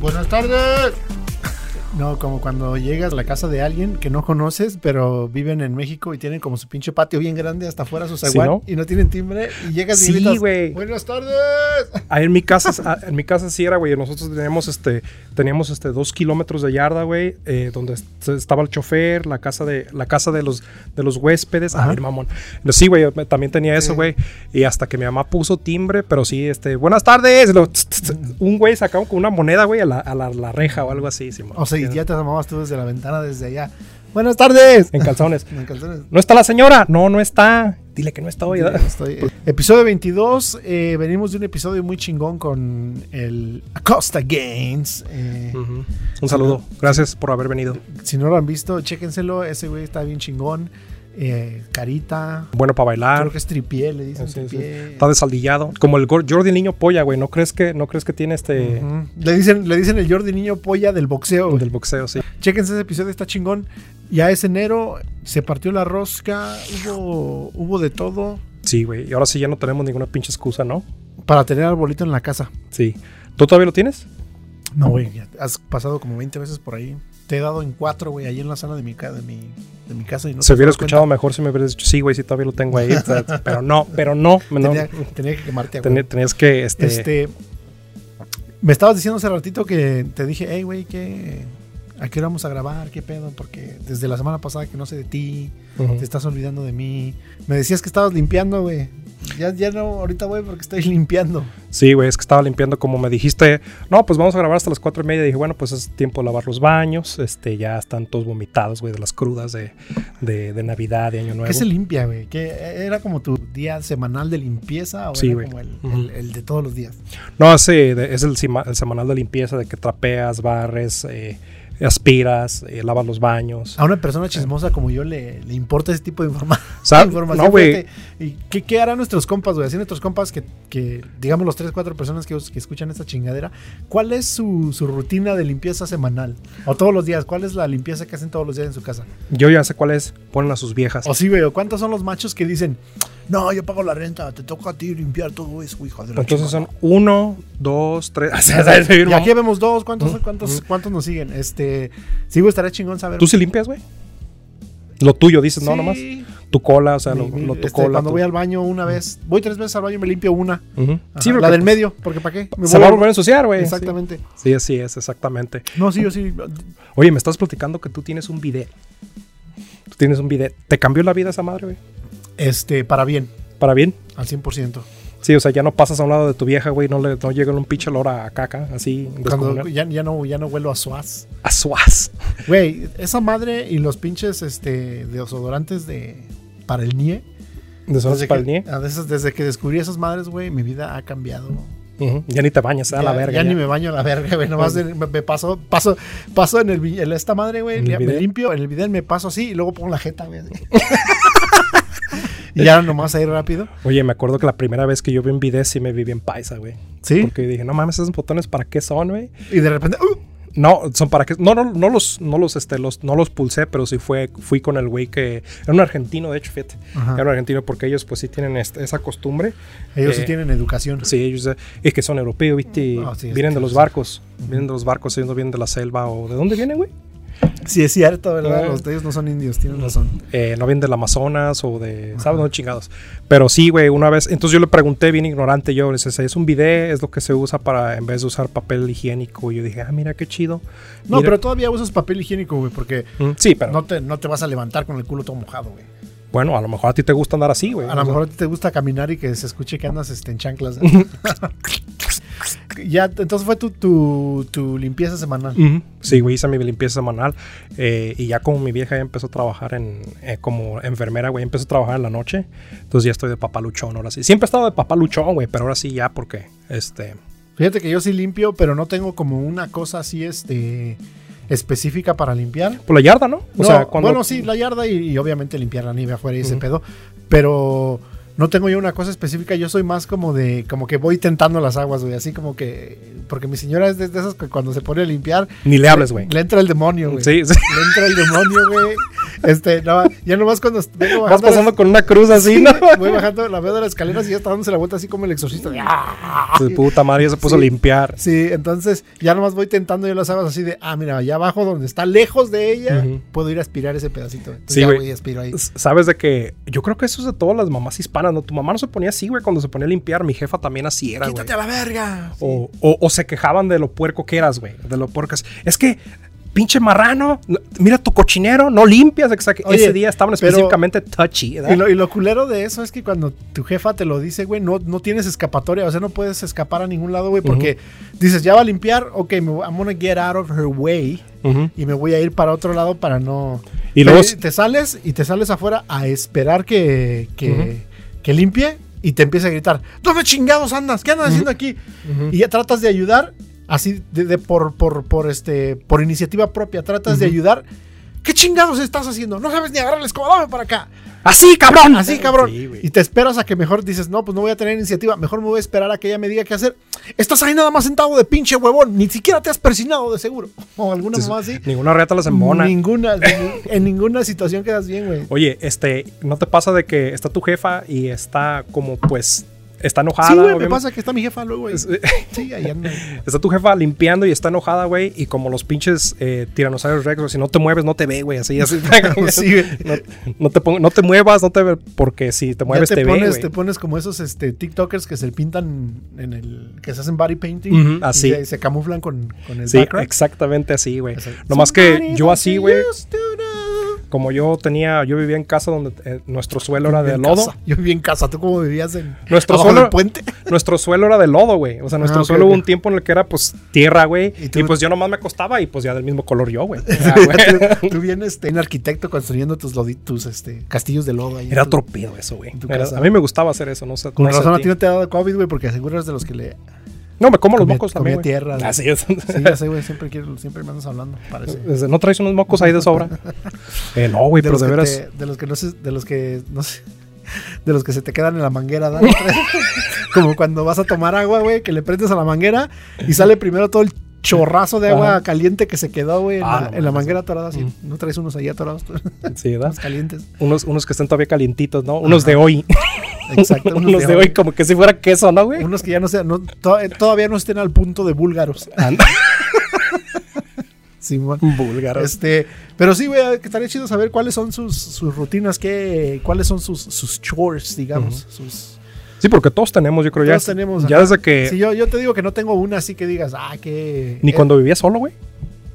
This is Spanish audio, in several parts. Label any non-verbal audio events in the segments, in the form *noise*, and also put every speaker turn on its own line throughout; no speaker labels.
Buenas tardes. No, como cuando llegas a la casa de alguien que no conoces, pero viven en México y tienen como su pinche patio bien grande hasta afuera su zaguán
¿no?
y no tienen timbre y llegas y
Sí,
gritas,
güey.
Buenas tardes.
Ahí en mi casa, *laughs* ah, en mi casa sí era, güey. Nosotros teníamos este, teníamos este dos kilómetros de yarda, güey, eh, donde est- estaba el chofer, la casa de, la casa de los, de los huéspedes. A
Ajá.
ver, mamón. No, sí, güey, yo me- también tenía eso,
Sí.
güey. Y hasta que mi mamá puso timbre, pero sí, este, buenas tardes. y luego, tss, tss, tss,
Mm.
un güey sacaba con una moneda, güey, a la, a la, la reja o algo así. Simón.
O sea, y ya te asomabas tú desde la ventana desde allá. Buenas tardes.
En calzones.
En calzones.
¿No está la señora? No, no está. Dile que no está hoy. ¿verdad?
Estoy- eh, Episodio 22. eh, venimos de un episodio muy chingón con el Acosta Games.
*laughs*
eh,
Ujú. Un saludo. Gracias por haber venido.
Si no lo han visto, chéquenselo. Ese güey está bien chingón. eh, carita.
Bueno para bailar.
Creo que es tripié, le dicen
Sí, sí.
tripié.
Está desaldillado. Como el Gor- Jordi Niño Polla, güey. ¿No crees que, no crees que tiene este.
Ujú. le, dicen, le dicen el Jordi Niño Polla del boxeo. güey.
Del boxeo, sí.
Chéquense ese episodio, está chingón. Ya es enero, se partió la rosca, hubo, hubo de todo
Sí, güey. Y ahora sí ya no tenemos ninguna pinche excusa, ¿no?
para tener arbolito en la casa.
Sí. ¿Tú todavía lo tienes?
No, güey, ya has pasado como 20 veces por ahí. Te he dado en cuatro, güey, ahí en la sala de mi, ca- de mi, de mi casa. Y no
Se
te
hubiera
das cuenta.
escuchado mejor si me hubieras dicho, sí, güey, sí, todavía lo tengo ahí.
*laughs*
O sea, pero no, pero no. no.
Tenía, tenía que quemarte, güey.
Ten- tenías que. Este,
Este, me estabas diciendo hace ratito que te dije, hey, güey, ¿qué? ¿A qué hora vamos a grabar? ¿Qué pedo? Porque desde la semana pasada que no sé de ti,
ujú.
te estás olvidando de mí. Me decías que estabas limpiando, güey. Ya, ya no, ahorita, güey, porque estoy limpiando.
Sí, güey, es que estaba limpiando como me dijiste. No, pues vamos a grabar hasta las cuatro y media. Dije, bueno, pues es tiempo de lavar los baños. Este, ya están todos vomitados, güey, de las crudas de, de, de Navidad, de Año Nuevo.
¿Qué se limpia, güey? ¿Qué- ¿Era como tu día semanal de limpieza o
Sí,
era
güey.
como el,
Ujú.
el- el de todos los días?
No, sí, de- es el, sima- el semanal de limpieza de que trapeas, barres, eh, aspiras, eh, lavas los baños.
A una persona chismosa como yo le, le importa ese tipo de informa-
¿Sabes?
*laughs* información.
No, güey.
fíjate. ¿Y qué, qué harán nuestros compas, güey? Así nuestros compas que, que, digamos, los tres, cuatro personas que, que escuchan esta chingadera, ¿cuál es su, su rutina de limpieza semanal? O todos los días, ¿cuál es la limpieza que hacen todos los días en su casa?
Yo ya sé cuál es. Ponen a sus viejas.
O sí, güey, o ¿cuántos son los machos que dicen, no, yo pago la renta, te toca a ti limpiar todo eso, hijo de la
Entonces
chingada"?
son *laughs* uno, dos, tres. *laughs* O sea, ¿sabes? ¿Mm?
Y aquí vemos dos, ¿cuántos,
Ujú,
cuántos, cuántos nos siguen? Este, sí, güey, estaría chingón saber.
¿Tú sí limpias, güey? Lo tuyo, dices, no,
Sí.
nomás. Tu cola, o sea, lo,
Mi- mi-
lo tu
este,
cola.
cuando
tu-
voy al baño una vez, voy tres veces al baño y me limpio una.
Ujú.
Ajá,
Sí,
la
porque,
del
pues,
medio, porque ¿para qué? Me
Se
vuelvo-
va a volver a ensuciar, güey.
Exactamente.
Sí. sí, así es, exactamente.
No, sí, yo sí.
Oye, me estás platicando que tú tienes un bidet. Tú tienes un bidet. ¿Te cambió la vida esa madre, güey?
Este, para bien,
¿Para bien?
al 100%.
Sí, o sea, ya no pasas a un lado de tu vieja, güey, no le no llega un pinche olor a caca, así,
Cuando
descomunal.
ya, ya, no, ya no huelo a suaz.
A suaz.
Güey, esa madre y los pinches este, desodorantes de, para el NIE.
De zonas
Desde
para el
que,
nie.
a veces, desde que descubrí esas madres, güey, mi vida ha cambiado.
Ujú, Ya ni te bañas, a la verga.
Ya,
ya.
ni me baño a la verga, güey. Nomás de- me, me paso, paso, paso en el vi- en esta madre, güey.
¿En el
ya Me
bidet?
limpio, en el video me paso así y luego pongo la jeta, güey.
*laughs*
así. y ya nomás ahí rápido.
Oye, me acuerdo que la primera vez que yo vi un bidet sí me vi bien paisa, güey.
Sí.
Porque dije, no mames, esos botones para qué son, güey.
Y de repente, ¡uh!
No, son para qué. No, no, no los, no los, este, los, no los pulsé, pero sí fue, fui con el güey que era un argentino, de hecho, fíjate.
Ajá.
Era un argentino porque ellos, pues sí tienen este- esa costumbre.
ellos sí
Eh,
tienen educación.
Sí, ellos eh, es que son europeos, ¿viste? Y
Ah, sí, es
vienen
que
de los
los-
barcos. Vienen de los barcos, ellos no vienen de la selva o de dónde vienen, güey.
Sí, es cierto, ¿verdad?
Eh.
Los de ellos no son indios, tienen razón.
Eh, no vienen del Amazonas o de, ¿sabes? No chingados. Pero sí, güey, una vez. Entonces yo le pregunté, bien ignorante, yo, le dije, es un bidet, es lo que se usa para, en vez de usar papel higiénico. Y yo dije, ah, mira qué chido.
No,
Mira-
pero todavía usas papel higiénico, güey, porque
Mm, Sí, pero
no, te, no te vas a levantar con el culo todo mojado, güey.
bueno, a lo mejor a ti te gusta andar así, güey.
A lo
O sea,
mejor te gusta caminar y que se escuche que andas este, en chanclas.
*laughs*
*laughs* ya, entonces fue tu, tu, tu limpieza semanal.
Ujú. Sí, güey, hice mi limpieza semanal eh, y ya como mi vieja ya empezó a trabajar en, eh, como enfermera, güey, empezó a trabajar en la noche, entonces ya estoy de papaluchón ahora sí. Siempre he estado de papaluchón, güey, pero ahora sí ya porque, este,
Fíjate que yo sí limpio, pero no tengo como una cosa así este, específica para limpiar.
por pues la yarda, ¿no? O
No,
sea, cuando...
Bueno, sí, la yarda y, y obviamente limpiar la nieve afuera y ese pedo. Pero no tengo yo una cosa específica. Yo soy más como de. Como que voy tentando las aguas, güey. Así como que. Porque mi señora es de, de esas que cuando se pone a limpiar.
Ni le hables, güey.
Le entra el demonio, güey.
Sí, sí.
Le entra el demonio, güey. Este, nada más- ya nomás cuando *laughs* vengo bajando.
Vas
las-
pasando con una cruz así,
*laughs*
¿no?
Voy bajando la veo de las escaleras y ya está dándose la vuelta así como el exorcista. ¡Ah!
Tu Ah, puta madre ya se puso
Sí.
a limpiar.
Sí, entonces ya nomás voy tentando yo las habas así de, ah, mira, allá abajo donde está lejos de ella,
Ujú.
puedo ir a aspirar ese pedacito. Entonces
Sí,
ya
güey.
voy y aspiro ahí.
S- Sabes de que yo creo que eso es de todas las mamás hispanas, ¿no? Tu mamá no se ponía así, güey, cuando se ponía a limpiar. Mi jefa también así era, güey.
¡Quítate a la verga!
O, o- o se quejaban de lo puerco que eras, güey. De lo puercas. Es que, pinche marrano, no- mira tu cochinero, no limpias. exacto.
Oye,
Ese día estaban
pero-
específicamente touchy. ¿verdad?
Y lo, y lo culero de eso es que cuando tu jefa te lo dice, güey, no, no tienes escapatoria, o sea, no puedes escapar a ningún lado, güey, porque dices, ya va a limpiar, ok, me, voy- I'm gonna get out of her way
Ujú.
y me voy a ir para otro lado para no...
Y
Pero
luego-
te sales y te sales afuera a esperar que, que, que limpie y te empieza a gritar, ¿dónde chingados andas? ¿Qué andas haciendo aquí?
Ujú.
Y ya tratas de ayudar, así de, de por, por, por, este, por iniciativa propia, tratas de
Ujú.
ayudar. ¿Qué chingados estás haciendo? No sabes ni agarrar el escoba, dame para acá.
Así, cabrón.
Así, cabrón.
Sí, güey.
y te esperas a que mejor dices, no, pues no voy a tener iniciativa. Mejor me voy a esperar a que ella me diga qué hacer. Estás ahí nada más sentado de pinche huevón. Ni siquiera te has persinado de seguro. *laughs* O alguna
Entonces,
mamá así.
Ninguna reta las embona.
Ninguna, ni- en ninguna situación quedas bien, güey.
Oye, este, ¿no te pasa de que está tu jefa y está como, pues, está enojada?
Sí, güey, me
obviamente?
pasa que está mi jefa luego, güey.
Es-
Sí, ahí
*laughs*
anda.
Está tu jefa limpiando y está enojada, güey. Y como los pinches eh, tiranosaurios rex, güey, si no te mueves, no te ve, güey.
*laughs*
Así, *laughs* así.
Sí, güey.
no, no te pong- no te muevas, no te ve, porque si te
Ya
mueves te, ve,
pones,
güey.
te pones como esos este, TikTokers que se pintan en el. que se hacen body painting.
Ujú,
y
así.
se, se camuflan con, con el
Sí,
background.
exactamente así, güey.
Así.
Nomás que
Somebody
yo
that
así,
you
güey,
used to know.
como yo tenía, yo vivía en casa donde eh, nuestro suelo era de
En
lodo.
casa. Yo viví en casa. ¿Tú cómo vivías en.
Nuestro
abajo
suelo-
del puente?
Nuestro suelo era de lodo, güey. O sea, nuestro
Ah, ok,
suelo
ok.
hubo un tiempo en el que era pues tierra, güey.
Y
Y,
tú-
pues yo nomás me acostaba y pues ya del mismo color yo,
*laughs*
güey.
Sí,
*laughs* Ah, güey.
*laughs* tú, tú vienes este, un arquitecto construyendo tus, lodi- tus este, castillos de lodo ahí. en
Era
tu-
otro pedo eso, güey.
en tu
Era-
casa.
A mí me gustaba hacer eso, no sé.
Con
no sé
razón a
ti.
ti no te ha dado COVID, güey, porque seguro eres de los que le.
No, me como los
comía-
mocos también.
comía
güey.
tierra,
Ah,
güey.
Así es. *laughs*
Sí, ya sé, güey, siempre, quiero- siempre me andas hablando, parece.
Este, ¿No traes unos mocos ahí
*laughs*
de sobra? Eh, no, güey, pero
los
de
que
veras.
te- de los que no se, de los que no se- de los que se te quedan en la manguera,
*laughs*
¿no? Como cuando vas a tomar agua, güey, que le prendes a la manguera y sale primero todo el chorrazo de agua
Ajá.
caliente que se quedó, güey, en,
Ah,
la,
no mm.
en la
mames.
manguera atorada. así. ¿No traes unos ahí atorados?
*laughs* Sí,
*laughs*
¿verdad?
unos calientes.
Unos, unos que están todavía calientitos, ¿no? Unos de hoy. *laughs*
Exacto.
unos de, hoy, como que si fuera queso, ¿no, güey?
Unos que ya no sean, no- to- eh, todavía no estén al punto de búlgaros. *laughs* Simón.
Búlgaros.
Este, pero sí, güey, que estaría chido saber cuáles son sus, sus rutinas, qué, cuáles son sus, sus chores, digamos. sus,
Sí, porque todos tenemos, yo creo.
Todos
ya,
tenemos,
Ya
ajá.
desde que.
Sí, yo, yo te digo que no tengo una así que digas, ah, que.
Eh, ni
eh,
cuando vivía solo, güey.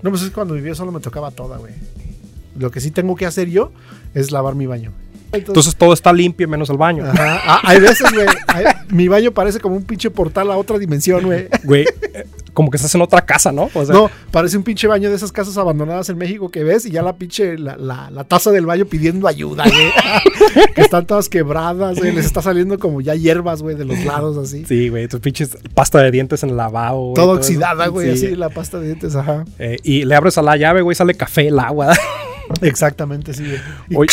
no, pues es que cuando vivía solo me tocaba toda, güey. Lo que sí tengo que hacer yo es lavar mi baño.
Entonces todo está limpio menos el baño.
Ajá. Ah, hay veces, güey. hay- Mi baño parece como un pinche portal a otra dimensión, güey.
Güey, eh, como que estás en otra casa, ¿no? O sea,
No, parece un pinche baño de esas casas abandonadas en México que ves y ya la pinche, la, la, la taza del baño pidiendo ayuda,
*laughs*
güey. que están todas quebradas, güey. Les está saliendo como ya hierbas, güey, de los lados, así.
Sí, güey, tus pinches pasta de dientes en el lavabo. güey,
Todo
eso.
oxidada, güey,
Sí.
así la pasta de dientes, ajá.
Eh, y le abres a la llave, güey, sale café,
*laughs*
el agua.
Exactamente, sí, güey. Y-
Oye,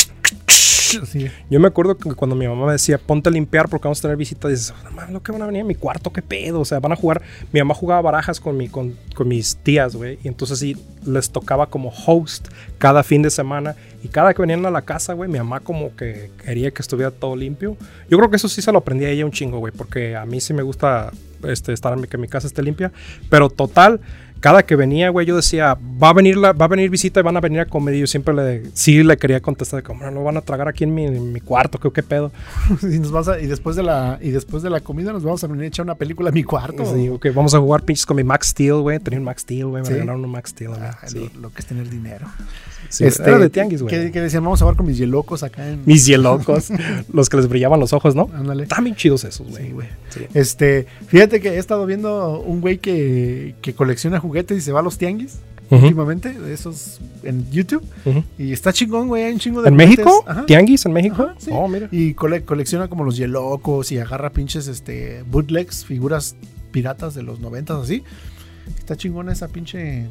sí. *laughs*
yo me acuerdo que cuando mi mamá me decía, ponte a limpiar porque vamos a tener visitas, dices, "No mames, lo que van a venir a mi cuarto, qué pedo. O sea, van a jugar. Mi mamá jugaba barajas con, mi, con, con mis tías, güey. Y entonces sí, les tocaba como host cada fin de semana. Y cada que venían a la casa, güey, mi mamá como que quería que estuviera todo limpio. Yo creo que eso sí se lo aprendí a ella un chingo, güey, porque a mí sí me gusta este, estar en mi, que mi casa esté limpia. Pero total, cada que venía, güey, yo decía, va a venir la, va a venir visita y van a venir a comer. Y yo siempre le, sí le quería contestar, como, no van a tragar aquí en mi, en mi cuarto, qué, qué pedo.
Y, nos vas a- y después de la y después de la comida nos vamos a venir a echar una película a mi cuarto.
Sí, ok, vamos a jugar pinches con mi Max Steel, güey. Tenía un Max Steel, güey, me
¿Sí?
regalaron un Max Steel. güey.
Ah, Este,
sí,
lo, lo que es tener dinero.
sí, era de tianguis,
Que,
güey.
que decían, vamos a jugar con mis yelocos acá en.
Mis hielocos, *laughs* los que les brillaban los ojos, ¿no?
Ándale.
Están bien chidos esos,
Sí,
güey.
güey.
Sí.
Este, fíjate que he estado viendo un güey que, que colecciona juguetes y se va a los tianguis
Ujú,
últimamente, de esos en YouTube.
ujú.
Y está chingón, güey, hay un chingo de
¿En
juguetes.
México?
Ajá.
¿Tianguis en México?
Ajá, sí.
Oh, mira.
Y cole- colecciona como los yelocos y agarra pinches este, bootlegs, figuras piratas de los noventas, así. Está chingón esa pinche...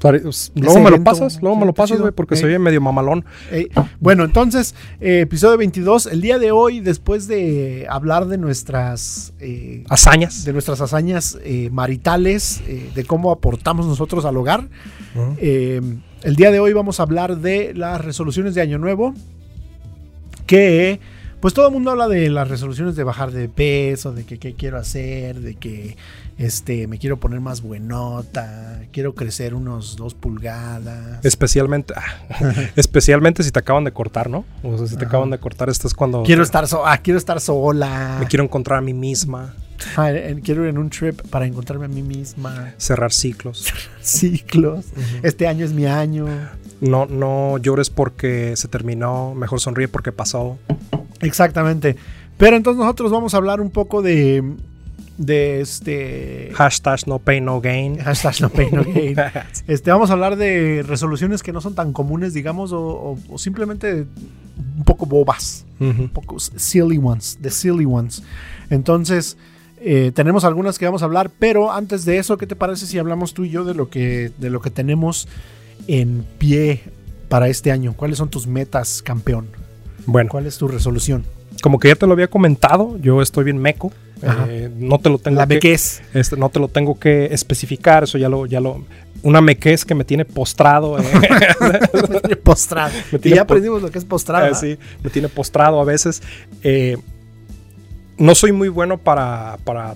Pare- pues, Luego me
evento,
lo pasas, luego me
sí,
lo
está
pasas,
chido.
güey, porque
Ey.
soy medio mamalón.
Ey, Bueno, entonces, eh, episodio 22, el día de hoy, después de hablar de nuestras... eh,
Hazañas.
de nuestras hazañas eh, maritales, eh, de cómo aportamos nosotros al hogar.
Ujú.
Eh, El día de hoy vamos a hablar de las resoluciones de Año Nuevo. Que, pues todo el mundo habla de las resoluciones de bajar de peso, de que qué quiero hacer, de que este, me quiero poner más buenota, quiero crecer unos dos pulgadas.
Especialmente, ah, *laughs* especialmente si te acaban de cortar, ¿no? O sea, si te
Ajá.
acaban de cortar, esto es cuando
Quiero estar, so- ah, quiero estar sola.
me quiero encontrar a mí misma,
Ah, eh, quiero ir en un trip para encontrarme a mí misma.
cerrar ciclos.
Ciclos. Este año es mi año.
No, no llores porque se terminó, mejor sonríe porque pasó.
Exactamente. Pero entonces nosotros vamos a hablar un poco de. De este.
Hashtag no pain, no gain.
Hashtag no pain, no gain. *laughs* Este, vamos a hablar de resoluciones que no son tan comunes, digamos, o, o- o simplemente un poco bobas,
*laughs* Ujú.
un poco silly ones, de silly ones. Entonces, eh, tenemos algunas que vamos a hablar, pero antes de eso, ¿qué te parece si hablamos tú y yo de lo que, de lo que tenemos en pie para este año? ¿Cuáles son tus metas, campeón?
Bueno,
¿Cuál es tu resolución?
como que ya te lo había comentado, yo estoy bien meco.
Ajá.
Eh, no te lo tengo
La *laughs*
que- *laughs*
mequez.
Este, no te lo tengo que especificar, eso ya lo, ya lo. Una mequez que me tiene postrado. eh.
postrada.
Me
Y
tiene
ya
po-
aprendimos lo que es postrada.
Ah, sí, me tiene postrado a veces. Eh, no soy muy bueno para, para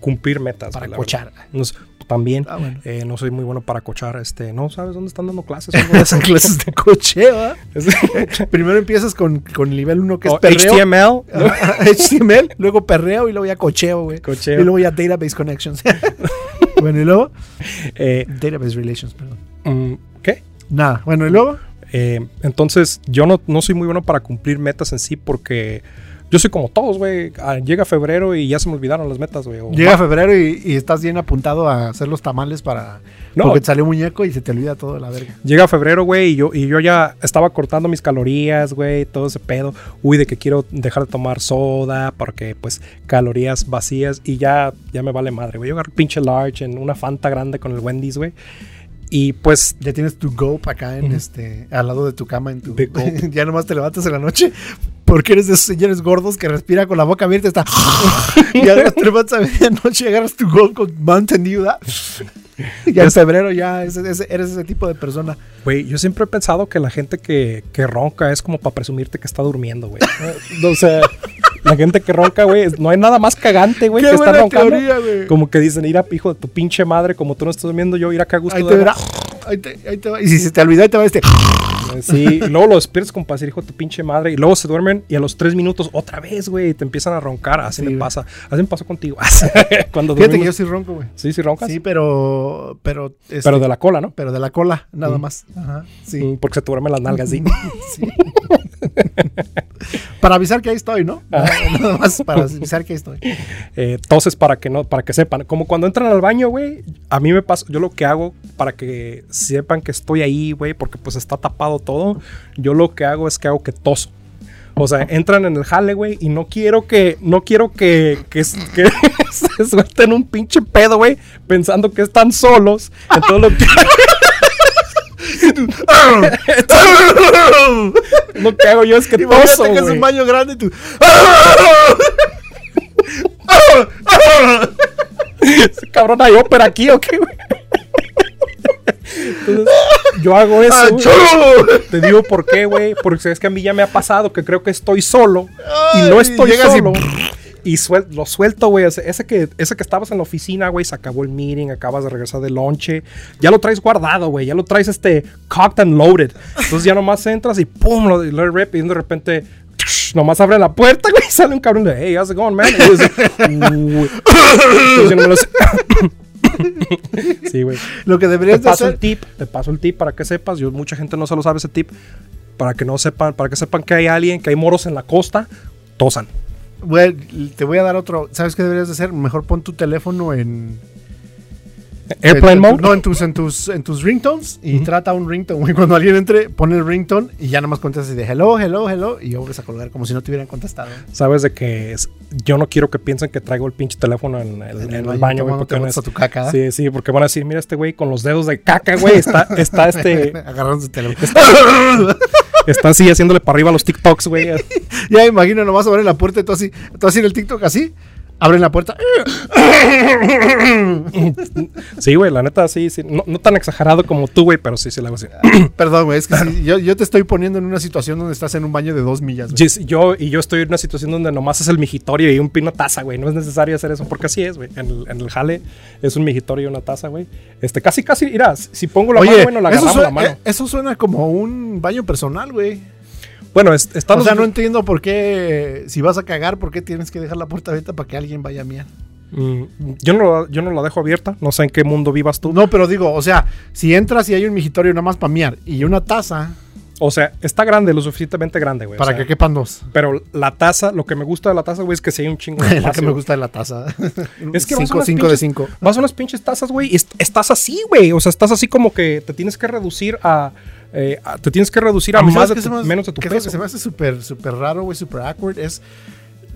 cumplir metas.
Para
la
cochar.
verdad. No sé, también.
Ah, bueno.
eh, no soy muy bueno para cochar. Este, no sabes dónde están
*laughs*
dando clases. *laughs* o algo de eso?
Son clases de cocheo. ¿ah?
Es-
Primero empiezas con, con el nivel 1 que es
o
perreo. Ah,
HTML. ¿no?
Ajá, *laughs* HTML, luego perreo y luego ya cocheo, güey.
Cocheo.
Y luego ya database connections. *laughs* bueno, y luego
Eh,
database relations, perdón.
mm, ¿Qué?
Nada, bueno, y luego
Eh, entonces, yo no, no soy muy bueno para cumplir metas en sí porque yo soy como todos, güey. Ah, Llega febrero y ya se me olvidaron las metas, güey. o
llega febrero y, y estás bien apuntado a hacer los tamales para
No.
porque te salió muñeco y se te olvida todo la verga.
Llega febrero, güey, y yo, y yo ya estaba cortando mis calorías, güey, todo ese pedo. Uy, de que quiero dejar de tomar soda, porque pues calorías vacías y ya, ya me vale madre, güey. Yo agarro pinche large en una Fanta grande con el Wendy's, güey. Y pues
Ya tienes tu GOP acá en
Ujú.
este al lado de tu cama en tu
The Gulp.
*laughs* ya nomás te levantas en la noche porque eres de esos señores gordos que respira con la boca abierta y está *laughs* y agarras te levantas a medianoche y agarras tu GOP con Mountain Dew.
*laughs*
¿da? Ya en febrero ya ese- ese- eres ese tipo de persona.
Güey, yo siempre he pensado que la gente que, que ronca es como para presumirte que está durmiendo, güey. *laughs* o sea, la gente que ronca, güey, es- no hay nada más cagante, güey,
Qué
que está
buena
roncando.
teoría, güey.
Como que dicen, ir a hijo de tu pinche madre, como tú no estás durmiendo, yo ir acá a gusto.
Ahí
de
te
agua".
verá. Ahí te, ahí te va. Y si se te olvidó, ahí te va este.
Sí, y luego lo despiertas como para decir, hijo de tu pinche madre, y luego se duermen y a los tres minutos otra vez, güey, te empiezan a roncar. Así
Sí,
me
güey.
pasa. Así me pasó
*laughs*
contigo. *laughs* Cuando
Fíjate que yo
dormimos-
sí ronco, güey.
Sí, sí roncas.
Sí, pero. Pero, este,
pero de la cola, ¿no?
pero de la cola, nada
Mm.
más. Ajá. Sí.
Mm, Porque se te duermen las nalgas, sí.
*laughs* Sí. para avisar que ahí estoy, ¿no?
Ah.
Nada más para avisar que ahí
*laughs*
estoy.
Eh, toses para que no, para que sepan. Como cuando entran al baño, güey. A mí me pasa, yo lo que hago para que sepan que estoy ahí, güey, porque pues está tapado todo. Yo lo que hago es que hago que toso. O sea, entran en el jale, güey, y no quiero que, no quiero que, que, que *laughs* se suelten un pinche pedo, güey, pensando que están solos. Entonces lo que lo que hago yo es que
*laughs*
toso,
Imagínate que es
güey.
un
*laughs*
baño grande y tú.
Ese Cabrón, ¿hay ópera aquí o qué, güey? *laughs* Entonces, yo
Ah,
hago eso. güey. *laughs* Te digo por qué, güey. Porque es que a mí ya me ha pasado que creo que estoy solo y no
Ay,
estoy
llegas y-
solo. Y, suel- lo suelto, güey. O sea, Ese que, ese que estabas en la oficina, güey, se acabó el meeting, acabas de regresar del lonche. Ya lo traes guardado, güey. Ya lo traes este cocked and loaded. Entonces ya nomás entras y pum, lo, lo rep y de repente. Nomás abre la puerta, *laughs* güey, y sale un cabrón de, hey, how's it going, man? Y yo así, "Uy". Entonces, yo no me lo sé. *laughs* sí, güey.
Lo que
Te
deberías de
paso el
hacer.
tip, te paso el tip para que sepas. Yo, mucha gente no se lo sabe ese tip. Para que no sepan, para que sepan que hay alguien, que hay moros en la costa, tosan.
Güey, te voy a dar otro. ¿Sabes qué deberías de hacer? Mejor pon tu teléfono en,
Airplane
en- en tu-
mode.
No, en tus, en tus, en tus ringtones y trata un ringtone, güey. Cuando alguien entre, pone el ringtone y ya nomás contestas y de hello, hello, hello. Y yo vuelves a colgar como si no te hubieran contestado.
Sabes de que es- yo no quiero que piensen que traigo el pinche teléfono en el, en el baño, güey.
tomándote
Porque, van a
fotos a tu caca. ¿eh? ¿da?
decir- sí, sí, porque van a decir, mira este güey con los dedos de caca,
*laughs*
güey. Está, está este,
Agarrando su teléfono.
está así
*laughs*
haciéndole para arriba a los TikToks, güey.
ya me imagino nomás sobre la puerta y tú así, tú así en el TikTok así. Abren la *laughs* puerta.
Sí, güey, la neta, sí, sí. No, no tan exagerado como tú, güey, pero sí, sí la hago así.
Perdón, güey, es que sí, yo, yo te estoy poniendo en una situación donde estás en un baño de dos millas. güey.
Yes, Yo, y yo estoy en una situación donde nomás es el mijitorio y un pino taza, güey. No es necesario hacer eso, porque así es, güey. En el, en el jale es un mijitorio y una taza, güey. Este, casi, casi, mira, si si pongo la mano, bueno, la
eso,
agarramos
suena,
la mano.
eh, eso suena como un baño personal, güey.
bueno, es- están
O sea,
los-
no entiendo por qué, si vas a cagar, por qué tienes que dejar la puerta abierta para que alguien vaya a miar.
Mm, yo, no, la- yo no la dejo abierta. No sé en qué mundo vivas tú.
No, pero digo, o sea, si entras y hay un mijitorio nada más para miar y una taza
O sea, está grande, lo suficientemente grande, güey. o
para
sea,
que quepan dos. *laughs*
Pero la taza, lo que me gusta de la taza, güey, es que si hay un chingo de
Es la que
espacio,
me
güey.
gusta de la taza.
Es que vas a
cinco,
unas
cinco de
pinches-
cinco.
Vas a unas pinches tazas, güey, y est- estás así, güey. O sea, estás así como que te tienes que reducir a. eh, a- te tienes que reducir a,
mí, ¿sabes
más de
qué
tu-
se me hace-
menos de tu
qué es lo que
peso.
se me hace súper, súper raro, güey, súper awkward, es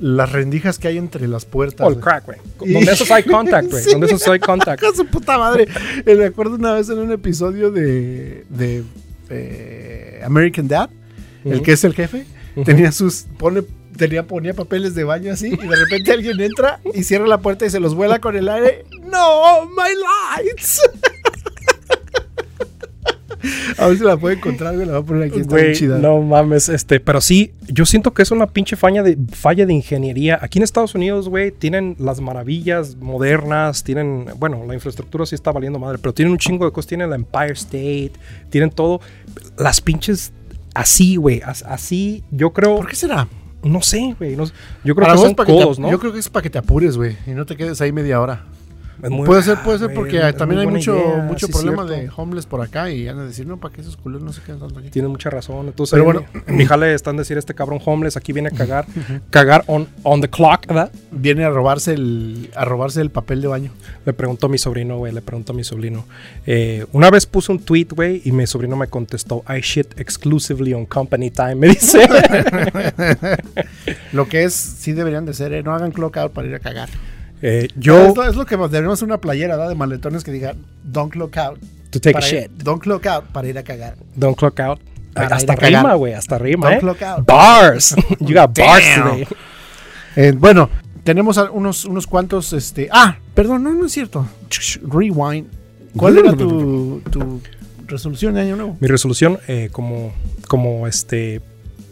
las rendijas que hay entre las puertas.
O Oh, el
güey. *laughs*
crack, güey.
Y-
Donde esos
*laughs*
eye contact, güey.
Sí.
Donde esos eye contact.
¡Ah, su puta madre! Eh, Me acuerdo una vez en un episodio de, de eh, American Dad, el
Ujú.
que es el jefe, tenía sus. Pone, tenía, ponía papeles de baño así y de repente alguien entra y cierra la puerta y se los vuela con el aire. *laughs* ¡No! ¡My lights! *laughs* A ver si la puedo encontrar, güey. La voy a poner aquí. Está bien
Güey,
chida.
no mames, este, pero sí, yo siento que es una pinche falla de, falla de ingeniería. Aquí en Estados Unidos, güey, tienen las maravillas modernas, tienen, bueno, la infraestructura sí está valiendo madre, pero tienen un chingo de cosas, tienen la Empire State, tienen todo, las pinches así, güey, as- así, yo creo,
¿Por qué será?
no sé, güey, no sé, yo creo
A
que
lo mejor
son
es para que te
codos,
ap-
¿no?
Yo creo que es para que te apures, güey, y no te quedes ahí media hora.
Es muy-
puede ser, puede
ah,
ser,
güey,
porque
es
ah,
muy
también hay
buena
mucho,
idea,
mucho
sí,
problema
cierto.
de homeless por acá y van a decir, no, para que esos culeros no se quedan tanto aquí.
Tiene mucha razón. Entonces,
Pero
ahí
bueno.
mi- mi jale están a decir este cabrón homeless,
*laughs*
aquí viene a cagar, cagar on, on the clock, ¿verdad?
Viene a robarse el, a robarse el papel de baño.
Le preguntó a mi sobrino, güey, le preguntó a mi sobrino. Eh, una vez puse un tweet, güey, y mi sobrino me contestó, I shit exclusively on company time, *laughs*
*laughs*
me dice.
Lo que es, sí deberían de ser, ¿eh? no hagan clock out para ir a cagar.
Eh,
Es,
yo,
lo, es lo que más- deberíamos hacer una playera ¿verdad? de maletones que diga, don't clock out.
to take a
para ir-
shit,
Don't clock out para ir a cagar.
don't clock out. Ay,
Para ir
hasta
a cagar.
rima, güey, hasta rima,
Don't
eh.
clock out.
Bars. *laughs* you got bars
Damn.
today.
Eh, bueno, tenemos a- unos, unos cuantos, este... Ah, perdón, no, no es cierto. Rewind. ¿Cuál era tu, tu resolución de año
*coughs*
nuevo?
Mi resolución, eh, como, como este,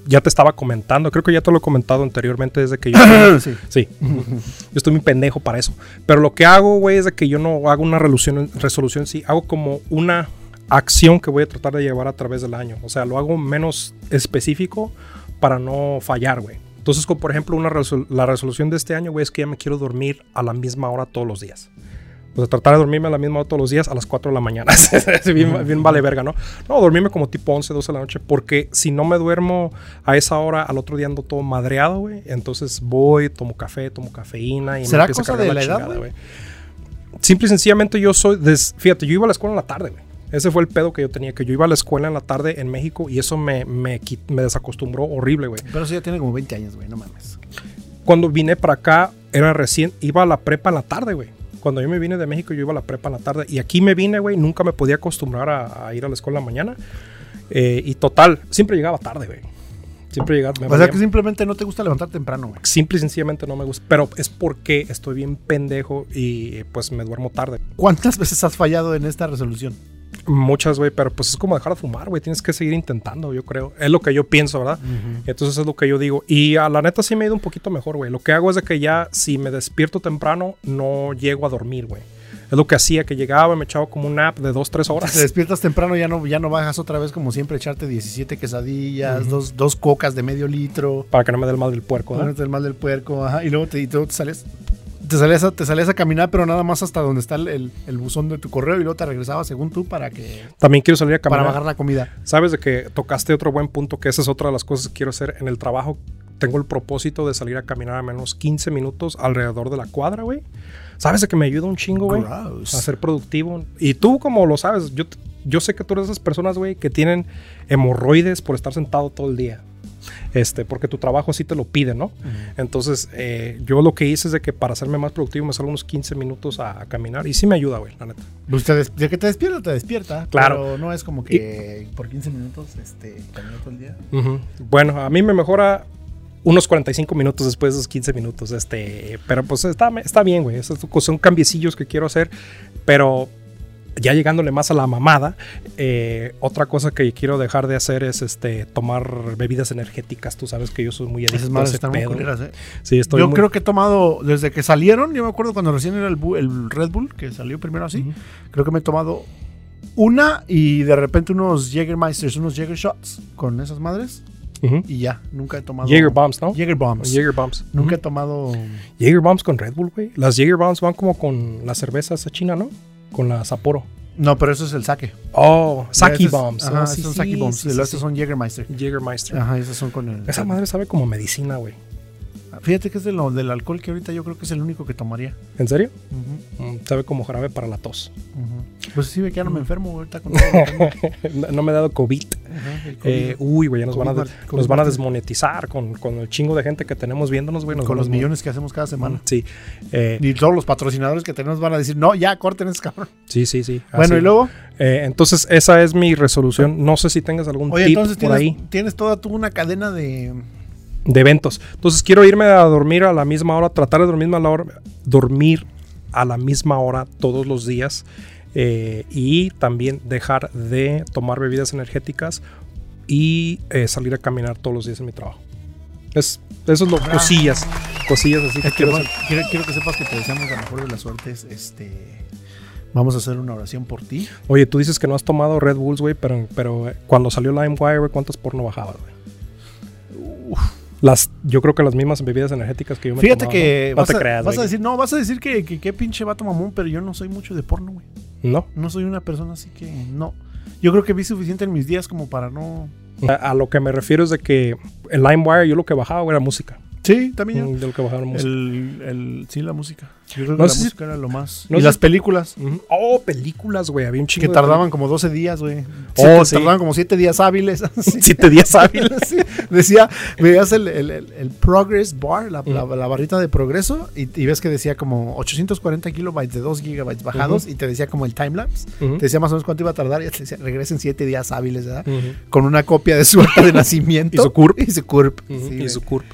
ya te estaba comentando, creo que ya te lo he comentado anteriormente
*clears throat*
desde que yo...
sí.
Sí. Yo estoy muy pendejo para eso. Pero lo que hago, güey, es de que yo no hago una resolución, resolución, sí, hago como una acción que voy a tratar de llevar a través del año. O sea, lo hago menos específico para no fallar, güey. Entonces, como por ejemplo, una resol- la resolución de este año, güey, es que ya me quiero dormir a la misma hora todos los días. O sea, pues, tratar de dormirme a la misma hora todos los días a las 4 de la mañana. *laughs* Es bien, bien vale verga, ¿no? No, dormirme como tipo 11, 12 de la noche. Porque si no me duermo a esa hora, al otro día ando todo madreado, güey. Entonces voy, tomo café, tomo cafeína y
¿Será
empieza a
cosa
cargar
de la edad,
güey. Simple y sencillamente yo soy... des- fíjate, yo iba a la escuela en la tarde, güey. Ese fue el pedo que yo tenía, que yo iba a la escuela en la tarde en México y eso me, me, qui- me desacostumbró horrible, güey
Pero eso ya tiene como 20 años, güey, no mames.
cuando vine para acá, era recién, iba a la prepa en la tarde, güey. Cuando yo me vine de México, yo iba a la prepa en la tarde. Y aquí me vine, güey, nunca me podía acostumbrar a, a ir a la escuela en la mañana. Eh, y total, siempre llegaba tarde, güey. Siempre llegaba. me
o sea
valía-
que simplemente no te gusta levantar temprano, güey.
Simple y sencillamente no me gusta. Pero es porque estoy bien pendejo y eh, pues me duermo tarde.
¿Cuántas veces has fallado en esta resolución?
Muchas, güey, pero pues es como dejar de fumar, güey. Tienes que seguir intentando, yo creo. Es lo que yo pienso, ¿verdad? Entonces es lo que yo digo. Y a la neta sí me ha ido un poquito mejor, güey. Lo que hago es de que ya si me despierto temprano, no llego a dormir, güey. Es lo que hacía, que llegaba, me echaba como un nap de dos, tres
Si te
horas.
despiertas temprano, ya no, ya no bajas otra vez como siempre, echarte 17 quesadillas, dos, dos cocas de medio litro,
*laughs* Para que no me dé el mal del puerco, ¿verdad?
ponerte el mal del puerco, ajá, y luego te, y luego te sales. Te salías, a, te salías a caminar, pero nada más hasta donde está el, el- el buzón de tu correo y luego te regresabas según tú para que
También quiero salir a
para
caminar.
bajar la comida.
Sabes de que tocaste otro buen punto, que esa es otra de las cosas que quiero hacer en el trabajo. Tengo el propósito de salir a caminar a menos 15 minutos alrededor de la cuadra, güey. Sabes de que me ayuda un chingo, Pues, güey.
Gross.
a ser productivo. Y tú, como lo sabes, yo, yo sé que tú eres de esas personas, güey, que tienen hemorroides por estar sentado todo el día. Este, porque tu trabajo sí te lo pide, ¿no? Entonces, eh, yo lo que hice es de que para hacerme más productivo me salgo unos 15 minutos a, a caminar y sí me ayuda, güey, la neta.
Pues te des- de que te despierta, te despierta.
Claro.
Pero no es como que por 15 minutos este, caminar todo el día.
Ujú. Bueno, a mí me mejora unos 45 minutos después de esos 15 minutos. Este, pero pues está, está bien, güey. Esos son cambiecillos que quiero hacer. Pero ya llegándole más a la mamada, eh, otra cosa que quiero dejar de hacer es este tomar bebidas energéticas. Tú sabes que yo soy muy adicto a ese
están muy
pedo.
culeras, eh.
Sí, estoy
yo
muy-
creo que he tomado, desde que salieron, yo me acuerdo cuando recién era el, Bu- el Red Bull, que salió primero así,
Ujú.
creo que me he tomado una y de repente unos Jägermeisters, unos Jäger Shots con esas madres
Ujú.
y ya, nunca he tomado...
Jaeger Bombs, ¿no?
Jäger Bombs.
Jaeger Bombs.
Nunca he tomado...
Jaeger Bombs con Red Bull, güey. Las Jaeger Bombs van como con la cerveza esa china, ¿no? Con la Sapporo.
No, pero eso es el sake.
Oh, Saki
Esas-
Bombs.
Ajá,
Oh, sí,
son
sí,
Saki Bombs.
sí,
y
sí,
los
sí.
otros son Jägermeister.
Jägermeister.
Ajá, esos son con el...
Esa madre sabe como medicina, güey.
Fíjate que es de lo, del alcohol que ahorita yo creo que es el único que tomaría.
¿En serio?
Ujú,
Mm, Sabe como jarabe para la tos. *laughs*
ujú. Pues sí, ve que ya no me enfermo ahorita con todo lo que tengo.
no, no me he dado COVID.
Ajá, el COVID.
Eh, uy, güey, ya nos, van a,
COVID
des-
mar- COVID
nos van a
martes.
desmonetizar con, con el chingo de gente que tenemos viéndonos, güey. nos
con
van a
los millones que hacemos cada semana.
desmon- Sí. Eh,
Y todos los patrocinadores que tenemos van a decir, no, ya, corten ese cabrón.
sí, sí, sí.
bueno,
así.
y luego,
Eh, entonces, esa es mi resolución. No sé si tengas algún
oye,
tip
entonces
por ahí.
tienes, tienes toda tú una cadena de...
de eventos. Entonces quiero irme a dormir a la misma hora, tratar de dormir a la hora, dormir a la misma hora todos los días eh, y también dejar de tomar bebidas energéticas y eh, salir a caminar todos los días en mi trabajo. Es, eso es lo
Bravo.
cosillas, cosillas así que
Es que,
quiero
bueno,
hacer.
quiero, quiero que sepas que te deseamos la mejor de las suertes. Este, vamos a hacer una oración por ti.
Oye, tú dices que no has tomado Red Bulls, güey, pero, pero eh, cuando salió LimeWire, güey, ¿cuántas porno bajabas, güey? Las, yo creo que las mismas bebidas energéticas que yo me
Fíjate
tomaba,
que
¿no? No
vas,
te
a,
creas,
vas a
güey.
decir, no, vas a decir que, que qué pinche vato mamón, pero yo no soy mucho de porno, güey.
No.
No soy una persona así que no. Yo creo que vi suficiente en mis días como para no...
A, a lo que me refiero es de que en LimeWire yo lo que bajaba güey, era música.
Sí, también yo.
Mm, De lo que bajaba era música.
El, el- sí, la música. Yo creo que
No
la
sé si-
música era lo más.
no
y
sé
las
si-
películas.
Ujú. Oh, películas, güey. Había un chingo.
Que
de
tardaban como 12 días, güey.
Oh,
Oh,
sí.
Tardaban como 7 días *laughs* hábiles.
películas.
así.
Siete días hábiles.
*laughs* Sí. Decía, veías el, el- el- el Progress Bar, la,
Mm.
la- la barrita de progreso, y, y ves que decía como 840 kilobytes de 2 gigabytes bajados,
Ujú.
y te decía como el timelapse.
*laughs* Ujú.
Te decía más o menos cuánto iba a tardar, y te decía, regresen 7 días hábiles, ¿verdad?
Ujú.
Con una copia de su
*laughs*
acta de nacimiento.
Y su CURP.
Y su CURP.
Ujú.
Sí,
y
güey.
su curp.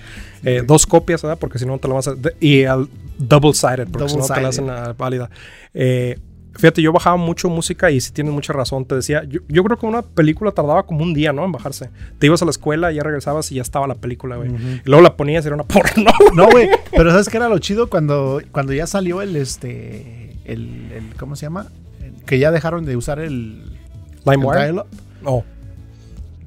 Eh, dos copias, ¿verdad? Porque si no te la vas a. de- y al double sided, porque si no te la
Double-sided.
hacen a- válida. Eh, fíjate, yo bajaba mucho música y si tienes mucha razón, te decía. Yo, yo creo que una película tardaba como un día, ¿no? En bajarse. Te ibas a la escuela, ya regresabas y ya estaba la película, güey.
Ujú.
Y luego la ponías y era una *laughs* porno.
No, güey. Pero ¿sabes qué era lo chido? Cuando, cuando ya salió el, este, el, el- ¿cómo se llama? El- Que ya dejaron de usar el, el
LimeWire.
dial-up,
Oh.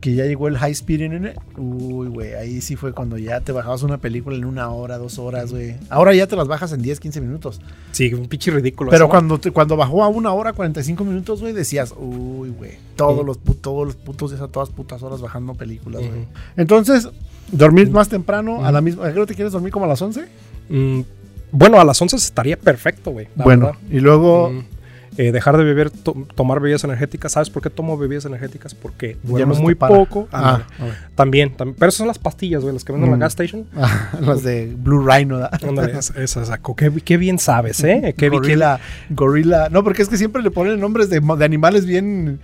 que ya llegó el high speed internet. Uy, güey, ahí sí fue cuando ya te bajabas una película en una hora, dos horas, güey. Ahora ya te las bajas en 10, 15 minutos.
Sí, un pinche ridículo.
Pero
eso, ¿no?
cuando, te- cuando bajó a una hora, 45 minutos, güey, decías, uy, güey, todos,
Sí.
los, pu- todos los putos días a todas putas horas bajando películas, güey.
Ujú. Mm.
Entonces, dormir más temprano, a la
Ujú.
misma, ¿a qué hora te quieres dormir como a las 11?
Mm, bueno, a las 11 estaría perfecto, güey. la
bueno,
verdad.
y luego...
Mm, eh, dejar de beber, to- tomar bebidas energéticas. ¿Sabes por qué tomo bebidas energéticas? Porque duermo
no se te
muy
para.
poco.
Ah,
Ah, También, tam- Pero esas son las pastillas, güey, las que venden en
Mm.
la gas station.
*laughs* Ah, las de Blue Rhino. ¿da? *laughs*
Ándale, es- esas, saco. Qué, qué bien sabes,
Mm,
¿eh? Qué, bien- qué-
gorila, gorila. No, porque es que siempre le ponen nombres de, mo- de animales bien,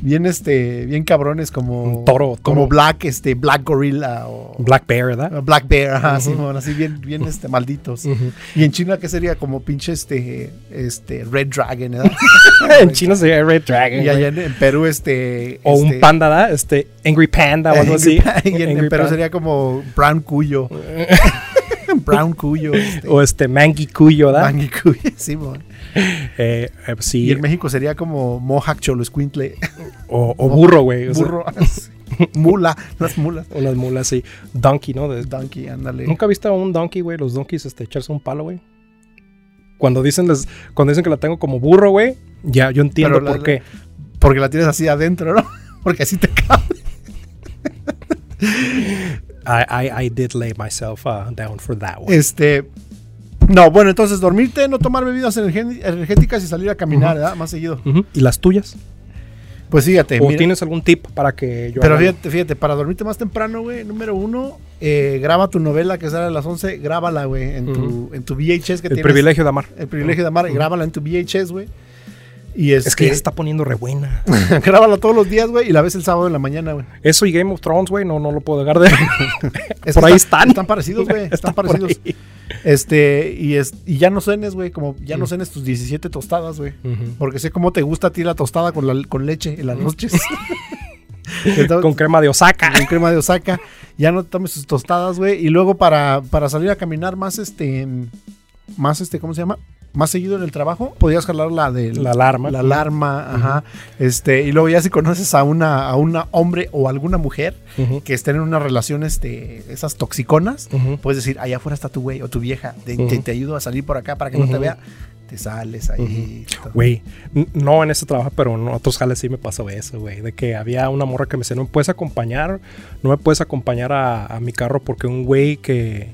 bien, este, bien cabrones como
Un toro, toro.
como Black, este, Black Gorilla o
Black Bear, ¿verdad?
Black Bear, ajá,
Ujú.
Simón, así bien, bien, este, malditos.
Ujú.
Y en China qué sería como pinche, este, este, Red Dragon,
*laughs*
¿verdad?
*laughs* en China se llama Red Dragon.
y
güey.
allá en, en Perú, este,
o
este,
un panda, ¿da? Este, Angry Panda o algo
Y
así.
*laughs* en, en
Angry
Perú
Panda.
sería como Brown
*laughs*
Cuyo. *laughs* Brown Cuyo. Este,
O este Mangy Cuyo, ¿da?
Mangy Cuyo, *laughs* Simón.
Eh, eh, sí.
Y en México sería como Mohawk Cholo Escuintle,
o, o burro, güey. o sea,
burro, *laughs* mula, las mulas.
Unas mulas, sí. Donkey, ¿no? De-
Donkey, ándale.
¿Nunca viste a un donkey, güey? Los donkeys este, echarse un palo, güey. Cuando dicen, les- cuando dicen que la tengo como burro, güey, ya yo entiendo
Pero la-
por qué.
Porque la tienes así adentro, ¿no? *laughs* Porque así te cabe.
I, I, I did lay myself uh, down for that one.
Este. No, bueno, entonces dormirte, no tomar bebidas energé- energéticas y salir a caminar, ¿verdad? Más seguido.
Ujú. ¿Y las tuyas?
Pues fíjate,
¿O
mira,
tienes algún tip para que yo
pero
haga-
fíjate, fíjate, para dormirte más temprano, güey, número uno, eh, graba tu novela que sale a las 11, grábala, güey, en, tu, en tu VHS que
el
tienes.
privilegio de amar?
El privilegio de amar, grábala en tu VHS, güey. Y este,
Es que ya se está poniendo re buena.
*laughs* grábala todos los días, güey, y la ves el sábado en la mañana, güey.
Eso y Game of Thrones, güey, no, no lo puedo
*laughs*
dejar de.
Es
por
que
ahí
está-
están.
Están parecidos,
*laughs*
güey. Están
Está por
parecidos.
ahí.
Este, y, es, y ya no cenes, güey, como ya no
Mm.
cenes tus 17 tostadas, güey.
Ujú.
Porque sé cómo te gusta a ti la tostada con, la, con leche en las
*laughs*
noches. Entonces,
Mm. Con crema de Osaka.
*laughs* con crema de Osaka. Ya no te tomes sus tostadas, güey. Y luego para, para salir a caminar más, este, más, este, ¿cómo se llama? Más seguido en el trabajo, podías jalar la de
La alarma.
La alarma, ajá. Este, y luego ya si conoces a una, a una hombre o alguna mujer
Ujú.
que estén en una relación, este, esas toxiconas,
Ujú.
puedes decir, allá afuera está tu güey o tu vieja, te,
Ujú.
te- te ayudo a salir por acá para que no te
Ujú.
vea. Te sales ahí. todo. *laughs*
Güey, n- no en este trabajo, pero en otros jales sí me pasó eso, güey. De que había una morra que me decía, no me puedes acompañar, no me puedes acompañar a, a mi carro porque un güey que...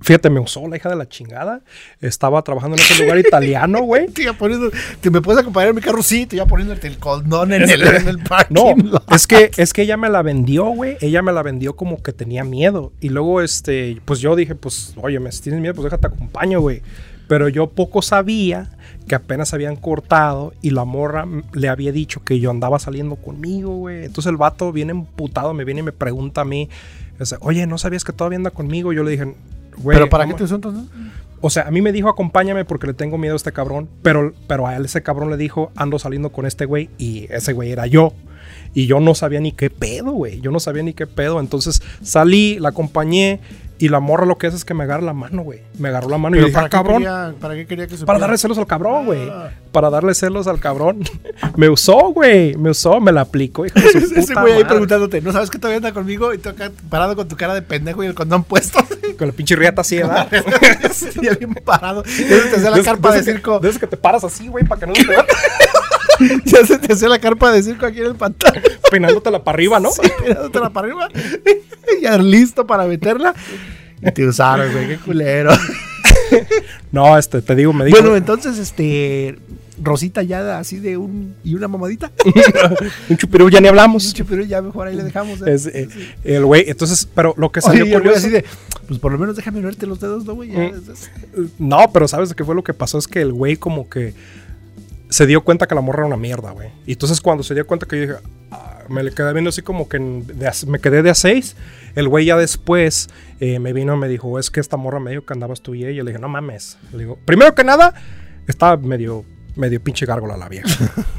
Fíjate, me usó la hija de la chingada. Estaba trabajando en ese lugar italiano, güey.
Te iba poniendo- te- me puedes acompañar en mi carro, sí, te iba poniendo el condón en el, en el parking
No,
lot.
es que, es que ella me la vendió, güey. Ella me la vendió como que tenía miedo. Y luego, este, pues yo dije, pues, oye, me si tienes miedo, pues déjate acompaño, güey. Pero yo poco sabía que apenas habían cortado y la morra m- le había dicho que yo andaba saliendo conmigo, güey. Entonces el vato viene emputado, me viene y me pregunta a mí, o sea, oye, ¿no sabías que todavía anda conmigo? Yo le dije, güey.
Pero para qué
ama-
te usó entonces?
o sea, a mí me dijo acompáñame porque le tengo miedo a este cabrón, pero, pero a él ese cabrón le dijo ando saliendo con este güey y ese güey era yo. Y yo no sabía ni qué pedo, güey. Yo no sabía ni qué pedo. Entonces salí, la acompañé y la morra lo que hace es que me agarra la mano, güey. Me agarró la mano y yo dije,
para
"Ah, cabrón.
Quería, ¿Para qué quería que se
Para
*laughs*
darle celos al cabrón, güey.
Ah.
Para darle celos al cabrón. *laughs* me usó, güey. Me usó, me la aplicó. hijo de
*laughs*
su
Ese
puta
güey ahí
madre.
preguntándote, ¿no sabes que todavía anda conmigo? Y tú acá parado con tu cara de pendejo y el condón puesto. *laughs*
Con la pinche riata así, ¿verdad?
y bien parado. Ya se te hacía
De
la
esas-
carpa
de
de
esas que-
circo.
De esas que te paras así, güey, para que no se te vea. *laughs*
Ya se te hacía la carpa de circo aquí en el pantano.
peinándotela para arriba, ¿no? *laughs*
Sí, mirándotela para arriba. *laughs* ya listo para meterla. Y te usaron, güey, qué culero.
*laughs* No, este, te digo, me dijo.
Bueno, entonces, este. Rosita ya así de un. y una mamadita. *laughs*
"Ah, un chupirú ya ni hablamos.
Mucho, pero ya mejor ahí le dejamos. ¿eh?
Es, eh, el güey, entonces, pero lo que
Oye,
salió
y el güey
curioso-
así de. Pues por lo menos déjame verte los dedos, ¿no, güey? Ya,
Mm.
es- es-
No, pero ¿sabes qué fue lo que pasó? Es que el güey como que se dio cuenta que la morra era una mierda, güey. Y entonces cuando se dio cuenta que yo dije, "Ah", me le quedé viendo así como que en- de a- me quedé de a seis. El güey ya después eh, me vino y me dijo, es que esta morra me dijo que andabas tú y ella. Le dije, no mames. Le digo, primero que nada, estaba medio, medio pinche gárgola
*laughs*
la vieja.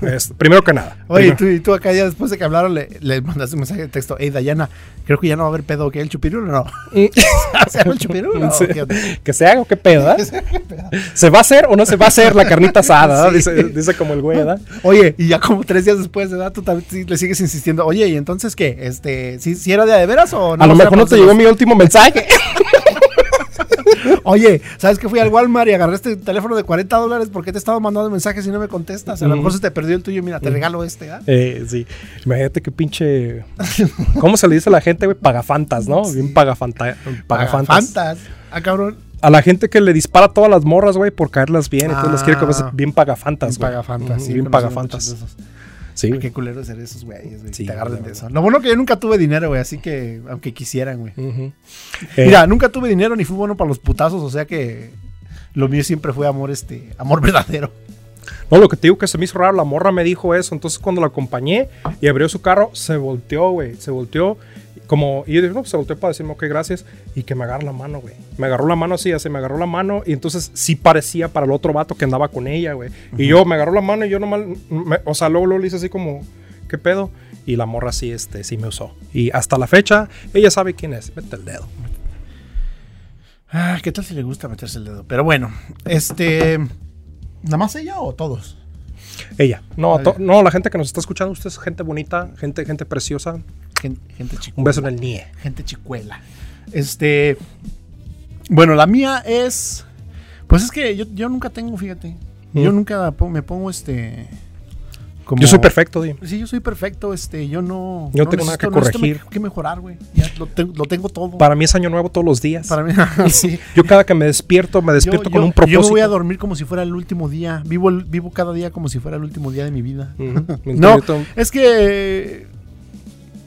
Es- primero que nada.
Oye, y
Primero-
tú, y tú acá ya después de que hablaron, le, le mandaste un mensaje de texto. Hey, Dayana, creo que ya no va a haber pedo, ¿qué? ¿El chupirul o no? *laughs* ¿Se llama el chupirul o no?
Mm. *laughs* Sí.
¿Qué onda? *laughs*
Que se haga o qué pedo, ah? ¿verdad? ¿Se va a hacer o no se va a hacer la carnita asada?
*laughs* Sí.
¿verdad? Dice, dice como el güey, ¿verdad?
Oye, y ya como tres días después de edad, tú también sí le sigues insistiendo. Oye, ¿y entonces qué? Este, ¿sí, sí era de a de veras o no?
a lo
O sea,
mejor no
pues,
te llegó mi
*laughs*
último mensaje.
Oye, ¿sabes que fui al Walmart y agarré este teléfono de 40 dólares? porque te he estado mandando mensajes y no me contestas? A lo
Ujú.
mejor se te perdió el tuyo. Mira, te regalo este, ¿ah?
Eh, sí. Imagínate qué pinche. ¿Cómo se le dice a la gente, güey? Pagafantas, ¿no? Bien pagafanta, pagafantas.
Fantas. Ah, cabrón.
A la gente que le dispara a todas las morras, güey, por caerlas bien. Entonces las quiere
Ah.
que bien pagafantas,
Bien
güey.
pagafantas.
Ujú,
sí,
bien
conocemos
pagafantas.
muchos de esos. Ah,
Sí, güey.
Qué culero ser esos güeyes, güey.
Sí,
te agarran
la
de eso. Lo bueno que yo nunca tuve dinero, güey, así que aunque quisieran, güey.
Ujú. Eh,
Mira, nunca tuve dinero ni fui bueno para los putazos, o sea que lo mío siempre fue amor este, amor *laughs* verdadero.
No, lo que te digo que se me hizo raro, la morra me dijo eso. Entonces cuando la acompañé y abrió su carro, se volteó, güey. Se volteó. Como, y yo dije, no, pues se volteó para decirme, ok, gracias. Y que me agarra la mano, güey. Me agarró la mano así, así, me agarró la mano. Y entonces sí parecía para el otro vato que andaba con ella, güey. Y yo me agarró la mano y yo nomás, me- o sea, luego, luego le hice así como, ¿qué pedo? Y la morra sí, este, sí me usó. Y hasta la fecha, ella sabe quién es. Mete el dedo.
Ah, ¿qué tal si le gusta meterse el dedo? Pero bueno, este ¿Nada más ella o todos?
Ella. No,
Ay.
to- no, la gente que nos está escuchando, usted es gente bonita, gente, gente preciosa.
Gen- Gente
Un
chicuela.
beso en el nie.
Gente chicuela. Este Bueno, la mía es pues es que yo, yo nunca tengo, fíjate. Yo
Mm.
nunca po- me pongo este como
Yo soy perfecto, di.
Sí, yo soy perfecto, este, yo no
Yo
no
tengo nada que
necesito- no necesito me-
corregir.
que mejorar, güey. Ya lo, tengo- lo tengo todo.
Para mí es año nuevo todos los días.
para
*laughs*
mí *laughs* sí.
Yo cada que me despierto, me despierto con un propósito.
Yo me voy a dormir como si fuera el último día. Vivo, el- vivo cada día como si fuera el último día de mi vida.
Ujú. *laughs*
*laughs*
Me
No,
despierto-
es que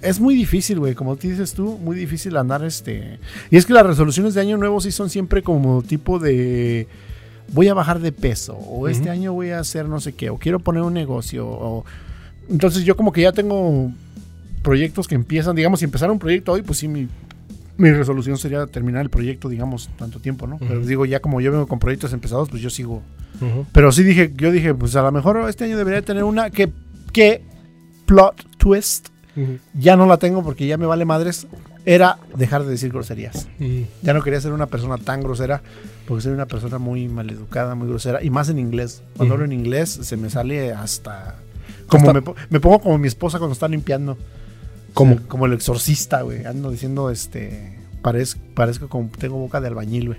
es muy difícil, güey. Como te dices tú, muy difícil andar este. Y es que las resoluciones de año nuevo sí son siempre como tipo de. voy a bajar de peso, o este año voy a hacer no sé qué, o quiero poner un negocio, o... Entonces yo como que ya tengo proyectos que empiezan, digamos, si empezara un proyecto hoy, pues sí, mi, mi resolución sería terminar el proyecto, digamos, tanto tiempo, ¿no? Pero
Ujú.
digo, ya como yo vengo con proyectos empezados, pues yo sigo
Ujú.
pero sí dije, yo dije, pues a lo mejor este año debería tener una que, que plot twist.
Ujú.
Ya no la tengo porque ya me vale madres. Era dejar de decir groserías.
Ujú.
Ya no quería ser una persona tan grosera porque soy una persona muy maleducada, muy grosera. Y más en inglés. Cuando
Ujú.
hablo en inglés se me sale hasta... Como
Hasta-
me, po- me pongo como mi esposa cuando está limpiando.
¿Cómo?
O sea, como el exorcista, güey. Ando diciendo, este... Parezco, parezco como... Tengo boca de albañil, güey.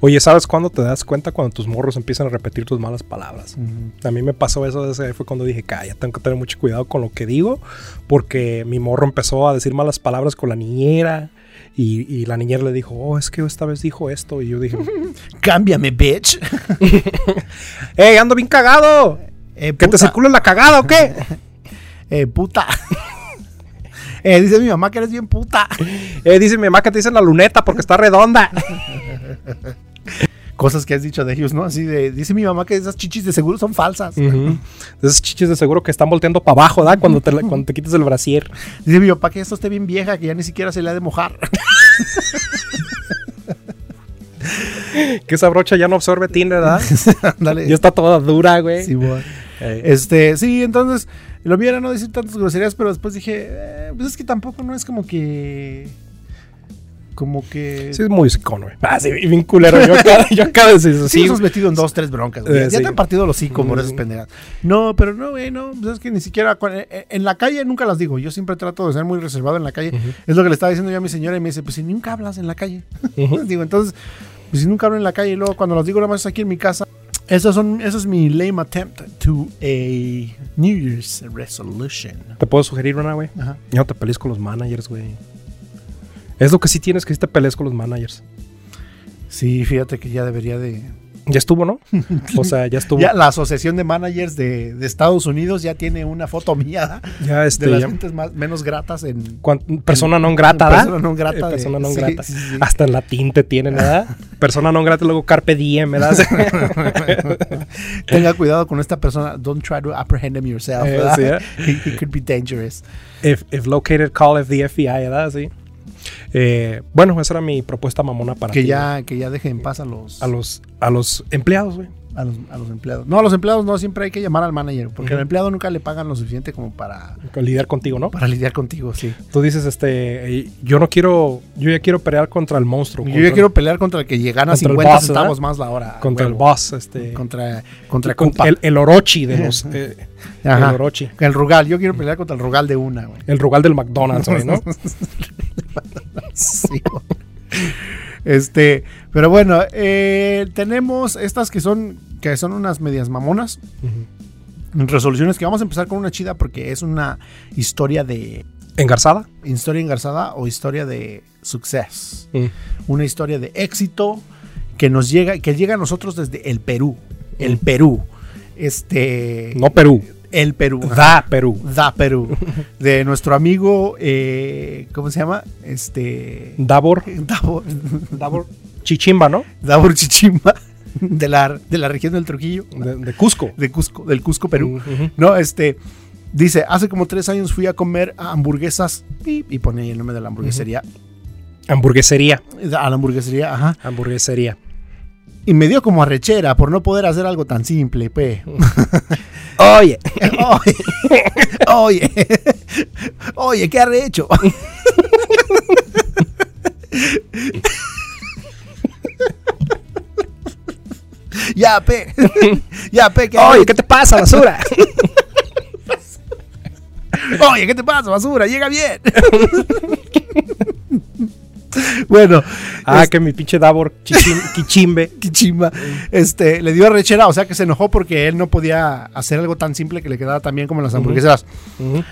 Oye, ¿sabes cuándo te das cuenta? Cuando tus morros empiezan a repetir tus malas palabras.
Ujú.
A mí me pasó eso, ese fue cuando dije, calla, tengo que tener mucho cuidado con lo que digo, porque mi morro empezó a decir malas palabras con la niñera y, y la niñera le dijo, oh, es que esta vez dijo esto y
*laughs*
yo dije,
Cámbiame, bitch.
¡Ey, ando bien cagado!
Eh,
¿Que te
puta.
circule la cagada
*laughs*
o qué?
Eh, puta. *laughs* Eh, dice mi mamá que eres bien puta.
Eh, dice mi mamá que te dicen la luneta porque está redonda.
Cosas que has dicho de ellos, ¿no? Así de, dice mi mamá que esas chichis de seguro son falsas.
Ujú. Esos chichis de seguro que están volteando para abajo, ¿da? Cuando te, cuando te quites el brasier.
Dice mi papá que esto esté bien vieja, que ya ni siquiera se le ha de mojar.
*laughs*
*laughs*
Que esa brocha ya no absorbe Tinder, ¿verdad?
Ándale.
*laughs* Ya está toda dura, güey.
Sí, boy.
Eh,
Este, sí, entonces, lo mío era no decir tantas groserías, pero después dije, eh, pues es que tampoco no es como que. Como que.
sí, es muy sicón, güey. Ah, sí, bien culero. Yo *laughs* acá, yo acá de- sí,
Sí,
sí,
nos has metido en dos, tres broncas. güey.
Eh,
ya
sí.
te han partido los cinco por
Mm.
esas pendejadas. No, pero no, güey, no. pues es que ni siquiera. cu- eh, eh, En la calle nunca las digo. Yo siempre trato de ser muy reservado en la calle.
Ujú.
Es lo que le estaba diciendo yo a mi señora y me dice, pues si nunca hablas en la calle. *laughs*
Ujú.
digo, entonces, pues si nunca hablo en la calle y luego cuando las digo nada más aquí en mi casa. Eso, son, eso es mi lame attempt to a New Year's resolution.
Te puedo sugerir una, güey.
Ajá.
Ya no te pelees con los managers, güey. Es lo que sí tienes que sí te pelees con los managers.
Sí, fíjate que ya debería de...
Ya estuvo, *laughs* ¿no? O sea, ya estuvo.
Ya
Ya,
la Asociación de Managers de, de Estados Unidos ya tiene una foto mía de
este.
las
ya-
gentes más, menos gratas en,
cuan- persona non grata, ¿da?
Persona non grata
Eh,
de-
persona non
sí,
grata.
sí, sí.
Hasta en la tinte tienen, *laughs* ¿verdad? persona non grata, luego carpe diem, *laughs* ¿verdad? *laughs*
Tenga cuidado con esta persona. Don't try to apprehend him yourself.
Eh,
¿verdad?
sí, eh.
*laughs* he, he could be dangerous.
if, if located, call if the FBI, ¿verdad? Sí. Eh, bueno, esa era mi propuesta mamona para
Que
ti,
ya, que ya dejen en paz a los,
güey. a los a los empleados, güey.
a los- a los empleados. No, a los empleados no, siempre hay que llamar al manager. Porque al
Ujú.
empleado nunca le pagan lo suficiente como para,
Lidiar contigo, ¿no?
para lidiar contigo, sí.
Tú dices, este, eh, yo no quiero, yo ya quiero pelear contra el monstruo.
Yo
contra-
ya quiero pelear contra el que llegan a
Contra el
50
boss, ¿verdad?
centavos más la hora.
contra el
huevo.
boss, este,
Contra, contra
con-
compa.
el, el Orochi de los, eh, el
Ajá.
Orochi,
El Rugal. Yo quiero pelear contra el Rugal de una, güey.
el Rugal del
*laughs*
McDonald's, güey, ¿no?
Sí, güey. Este, pero bueno, eh, tenemos estas que son que son unas medias mamonas,
Ujú.
resoluciones que vamos a empezar con una chida porque es una historia de
Engarzada.
historia engarzada o historia de success,
mm,
una historia de éxito que nos llega que llega a nosotros desde el Perú, el
Mm.
Perú. Este,
No Perú,
el Perú.
da Perú,
Da Perú, de nuestro amigo, eh, ¿cómo se llama? Este,
Davor,
Davor,
Davor, Chichimba, ¿no?
Davor Chichimba, de la, de la región del Trujillo,
De, de Cusco.
de Cusco, del Cusco, Perú.
Ujú.
No, este, dice, hace como tres años fui a comer a hamburguesas, pip, y pone ahí el nombre de la hamburguesería,
Hamburguesería,
a la hamburguesería, ajá,
hamburguesería.
y me dio como arrechera por no poder hacer algo tan simple, pues, pe.
Oye,
oye, oye, oye, ¿qué arrecho? ya, pe, ya, pe, ¿qué
oye, ¿qué te pasa, basura?
Oye, ¿qué te pasa, basura? Llega bien. bueno,
*laughs* ah, que mi pinche Davor Chichim- Chichimbe.
qué chimba. Este, le dio rechera, o sea que se enojó porque él no podía hacer algo tan simple que le quedaba tan bien como las hamburguesas.
Ujú.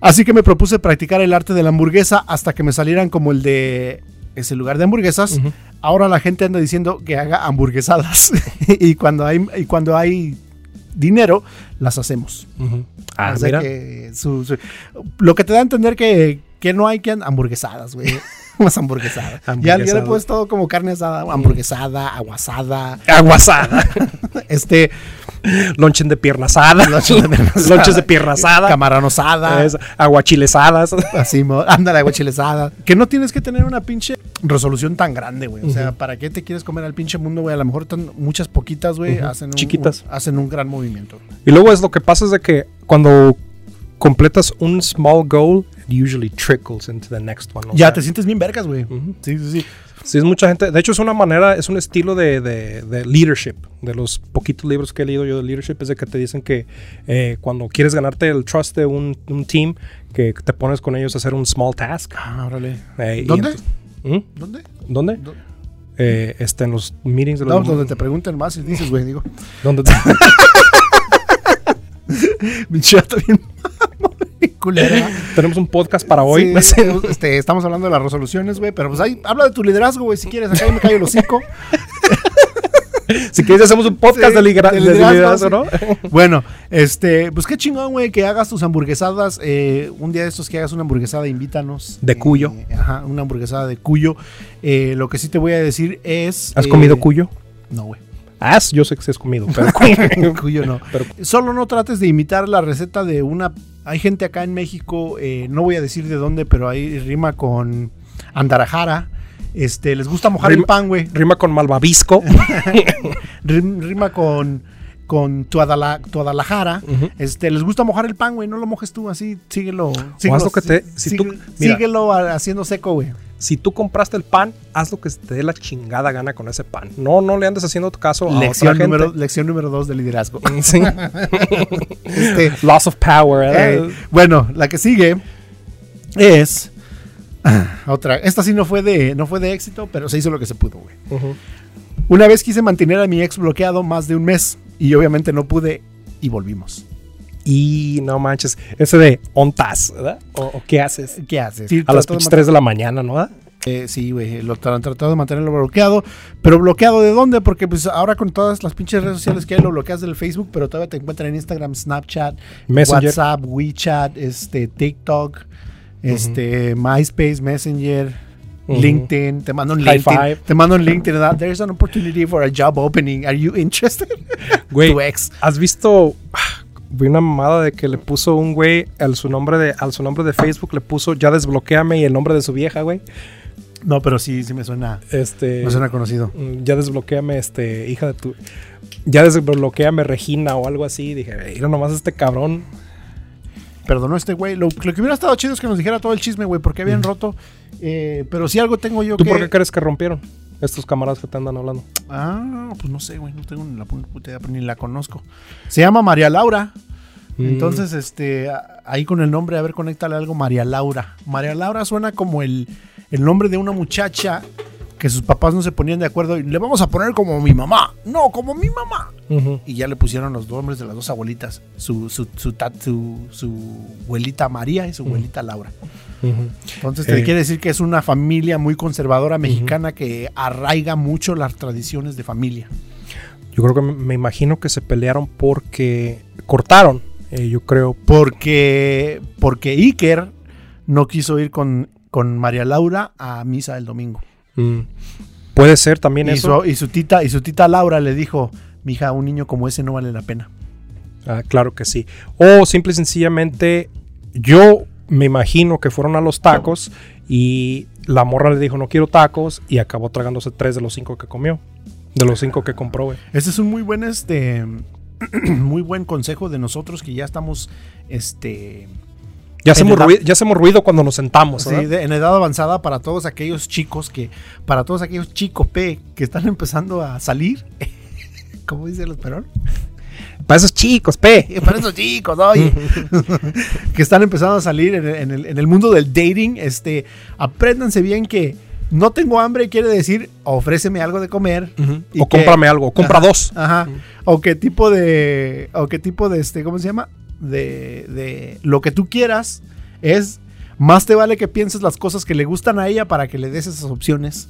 Así que me propuse practicar el arte de la hamburguesa hasta que me salieran como el de ese lugar de hamburguesas.
Ujú.
Ahora la gente anda diciendo que haga hamburguesadas *laughs* y cuando hay y cuando hay dinero las hacemos.
Ujú. Ah,
O sea
mira. *laughs*
que su- su- lo que te da a entender que, que no hay que hamburguesadas, güey. Más hamburguesada. Ya, ya le he puesto como carne asada, hamburguesada, aguasada.
Aguasada. *laughs*
Este.
Lonchen de pierna asada.
Lonches de pierna *laughs* asada.
Lonches de pierna asada.
Camarón asada.
Es- Aguachilesadas.
Así, mo- ándale, aguachilesada. Que no tienes que tener una pinche resolución tan grande, güey. O sea, ¿para qué te quieres comer al pinche mundo, güey? A lo mejor tan- muchas poquitas, güey,
Ujú,
hacen, un,
chiquitas.
un- hacen un gran movimiento.
Y luego es lo que pasa es de que cuando completas un small goal, it usually trickles into the next one. o
ya
sea,
te sientes bien vergas, güey.
Ujú.
Sí, sí, sí.
Sí, es mucha gente. De hecho, es una manera, es un estilo de, de- de leadership. De los poquitos libros que he leído yo de leadership, es de que te dicen que eh, cuando quieres ganarte el trust de un, un team, que te pones con ellos a hacer un small task.
Ah, órale.
eh, y
¿Dónde?
ento- ¿Mm?
¿Dónde?
¿Dónde?
Do-
Eh, este, en los meetings de
No, pues,
los.
donde te pregunten más y dices, güey, digo.
donde-
*laughs* Mi chata bien culera.
*laughs* tenemos un podcast para hoy. *laughs*
Sí, *laughs* este, estamos hablando de las resoluciones, güey, pero pues ahí habla de tu liderazgo, güey, si quieres, acá yo me callo el hocico.
si quieres, hacemos un podcast
Sí,
de, ligra-
de
de
liderazgo, Eh,
liderazgo, ¿no?
Bueno, este, pues qué chingón, güey, que hagas tus hamburguesadas. eh, un día de estos que hagas una hamburguesada, invítanos.
De
Eh,
cuyo.
ajá, una hamburguesada de cuyo. Eh, lo que sí te voy a decir es.
¿Has
eh,
comido cuyo?
No, güey. *laughs*
Has, yo sé que sí has comido, pero
cuyo no.
Pero-
Solo no trates de imitar la receta de una. Hay gente acá en México, eh, no voy a decir de dónde, pero ahí rima con Andarajara. Este, les gusta mojar el
Rima-
pan, güey.
rima con malvavisco.
Rim- rima con con tu, Adala- tu Adalajara,
Ujú.
este, les gusta mojar el pan, güey, no lo mojes tú, así, síguelo.
O
síguelo
haz lo que te-
sí-
si tú-
sigue-
mira.
síguelo a- haciendo seco, güey.
si tú compraste el pan, haz lo que te dé la chingada gana con ese pan. No, no le andes haciendo caso a otra
Lección
gente.
Ah, número, lección número dos de liderazgo.
*laughs*
*laughs*
Sí. *laughs*
Este,
Loss of power. ¿eh?
eh, bueno, la que sigue es *clears throat* otra. Esta sí no fue de, no fue de éxito, pero se hizo lo que se pudo, güey.
Ujú.
Una vez quise mantener a mi ex bloqueado más de un mes y obviamente no pude y volvimos.
Y no manches, ese de ontas, ¿verdad? ¿O, o qué haces?
¿Qué haces? Sí,
A las
trató de
pinches 3 de la mañana, ¿no? ¿verdad?
Eh, sí, güey, lo tra- han tratado de mantenerlo bloqueado. ¿Pero bloqueado de dónde? Porque pues ahora con todas las pinches redes sociales que hay, lo bloqueas del Facebook, pero todavía te encuentran en Instagram, Snapchat,
Messenger.
WhatsApp, WeChat, este, TikTok, este, MySpace, Messenger,
Ujú.
LinkedIn. Te mando un
High
LinkedIn.
five.
Te mando un LinkedIn. ¿verdad? There's an opportunity for a job opening. Are you interested? *laughs*
Güey,
tu ex.
¿has visto? *sighs* Ah, Vi una mamada de que le puso un güey al su nombre de, al su nombre de Facebook, le puso ya desbloqueame y el nombre de su vieja, güey.
No, pero sí, sí me suena.
Este.
Me suena conocido.
Mm, ya desbloqueame este hija de tu ya desbloqueame Regina o algo así dije mira nomás este cabrón
perdonó este güey. Lo, lo que hubiera estado chido es que nos dijera todo el chisme, güey, porque habían roto. Eh, pero si algo tengo yo
tú
que.
por qué crees que rompieron estos camaradas que te andan hablando
Ah, pues no sé, güey, no tengo ni la pu- puta idea, pero ni la conozco. Se llama María Laura.
Mm.
Entonces, este, a- ahí con el nombre, a ver, conéctale algo, María Laura. María Laura suena como el, el nombre de una muchacha que sus papás no se ponían de acuerdo y le vamos a poner como mi mamá. No, como mi mamá.
Ujú.
Y ya le pusieron los nombres de las dos abuelitas, su, su, su, ta- su, su abuelita María
Mm.
y su abuelita Laura.
Ujú.
Entonces te
Eh.
quiere decir que es una familia muy conservadora mexicana que arraiga mucho las tradiciones de familia.
yo creo que me, me imagino que se pelearon porque cortaron eh, yo creo
Porque, porque Iker no quiso ir con, con María Laura a misa el domingo.
mm, puede ser también
Y
eso
su, y su tita, y su tita Laura le dijo, mija, un niño como ese no vale la pena.
Ah, claro que sí o simple y sencillamente yo me imagino que fueron a los tacos y la morra le dijo no quiero tacos y acabó tragándose tres de los cinco que comió de los cinco que compró güey.
Ese es un muy buen, este, *clears throat* muy buen consejo de nosotros que ya estamos, este,
Ya hacemos,
En el-
ruido, ya hacemos ruido cuando nos sentamos.
Sí,
¿verdad?
de- en edad avanzada para todos aquellos chicos que, para todos aquellos chicos P que están empezando a salir. *laughs* ¿Cómo dice el esperón?
Para esos chicos, pe.
Eh, Para esos chicos, oye. *laughs* que están empezando a salir en el, en el- en el mundo del dating. Este, apréndanse bien que no tengo hambre quiere decir ofréceme algo de comer. ¿Y
O
qué?
cómprame algo, o compra
Ajá.
dos.
Ajá. O qué tipo de. O qué tipo de este. ¿Cómo se llama? De. de lo que tú quieras. Es. Más te vale que pienses las cosas que le gustan a ella para que le des esas opciones.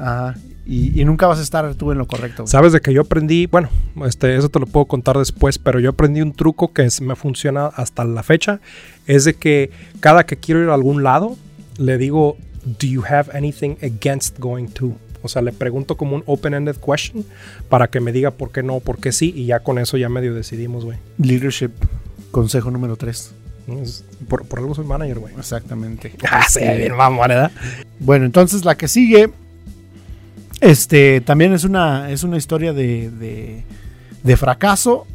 Ajá. Y, y nunca vas a estar tú en lo correcto. güey.
Sabes de que yo aprendí, bueno, este, eso te lo puedo contar después, pero yo aprendí un truco que es- me funciona hasta la fecha. Es de que cada que quiero ir a algún lado, le digo, do you have anything against going to? O sea, le pregunto como un open-ended question para que me diga por qué no, por qué sí, y ya con eso ya medio decidimos, güey.
Leadership, consejo número 3.
Es- Por, por algo soy manager, güey.
Exactamente. Este,
Ah, sí, bien, vamos, ¿verdad?
Bueno, entonces la que sigue, este, también es una, es una historia de, de, de fracaso,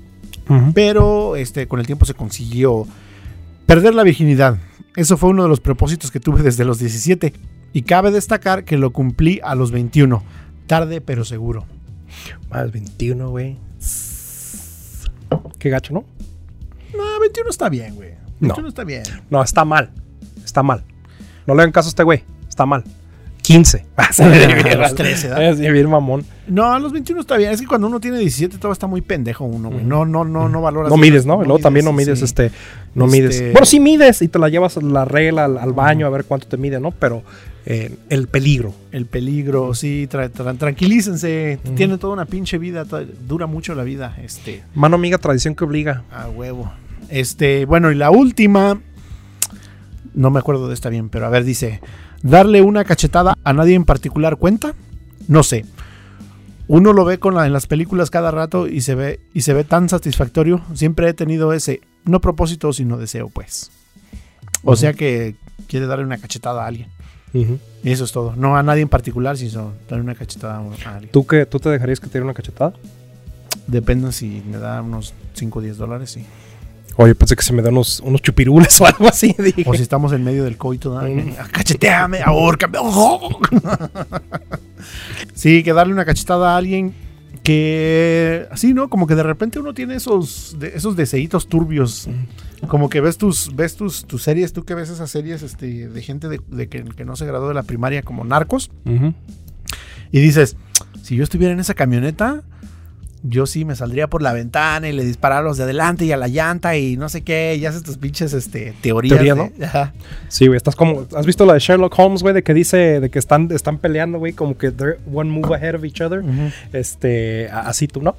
pero este, con el tiempo se consiguió perder la virginidad. Eso fue uno de los propósitos que tuve desde los 17 y cabe destacar que lo cumplí a los 21, tarde pero seguro.
Más 21, Ah, güey. Qué gacho, ¿no?
No, 21 está bien, güey.
No.
21 está bien.
No, está mal. Está mal. No le hagan caso a este güey. Está mal. *laughs* 15.
*laughs* A los
*laughs*
13, ¿da?
Es bien mamón.
No, a los 21 está bien. Es que cuando uno tiene 17 todo está muy pendejo uno, güey.
Ujú.
No, no, no, no valoras.
No mides, ¿no? Luego también no mides,
sí.
este, no
Este-
mides. Bueno, sí mides y te la llevas a la regla al, al baño a ver cuánto te mide, ¿no? Pero eh, el peligro.
El peligro, sí, tra- tra- tranquilícense.
Ujú.
Tiene toda una pinche vida, to- dura mucho la vida, este,
Mano amiga, tradición que obliga.
a huevo. Este, bueno, y la última, no me acuerdo de esta bien, pero a ver, dice, darle una cachetada a nadie en particular cuenta, no sé. Uno lo ve con la- en las películas cada rato y se ve y se ve tan satisfactorio. Siempre he tenido ese no propósito sino deseo, pues. O
Ujú.
sea que quiere darle una cachetada a alguien. Y eso es todo. No a nadie en particular, sino darle una cachetada a alguien.
¿Tú, qué, ¿Tú te dejarías que te diera una cachetada?
Depende si me da unos 5 o 10 dólares, sí.
Oye, pensé que se me dan unos, unos chupirules *laughs* o algo así. Dije.
O si estamos en medio del coito, da-
Mm.
*laughs* cacheteame, ahórcame. *laughs* sí, que darle una cachetada a alguien que así, ¿no? Como que de repente uno tiene esos de- esos deseitos turbios. Como que ves tus ves tus, tus series, tú que ves esas series este, de gente de, de que, que no se graduó de la primaria como narcos.
Ujú.
Y dices, si yo estuviera en esa camioneta, yo sí me saldría por la ventana y le disparara a los de adelante y a la llanta y no sé qué, y haces tus pinches este, teorías.
Teoría,
de- Ajá.
Sí, güey, estás como. ¿Has visto la de Sherlock Holmes, güey? De que dice de que están, están peleando, güey, como que they're one move ahead of each other. Este, a- así tú, ¿no?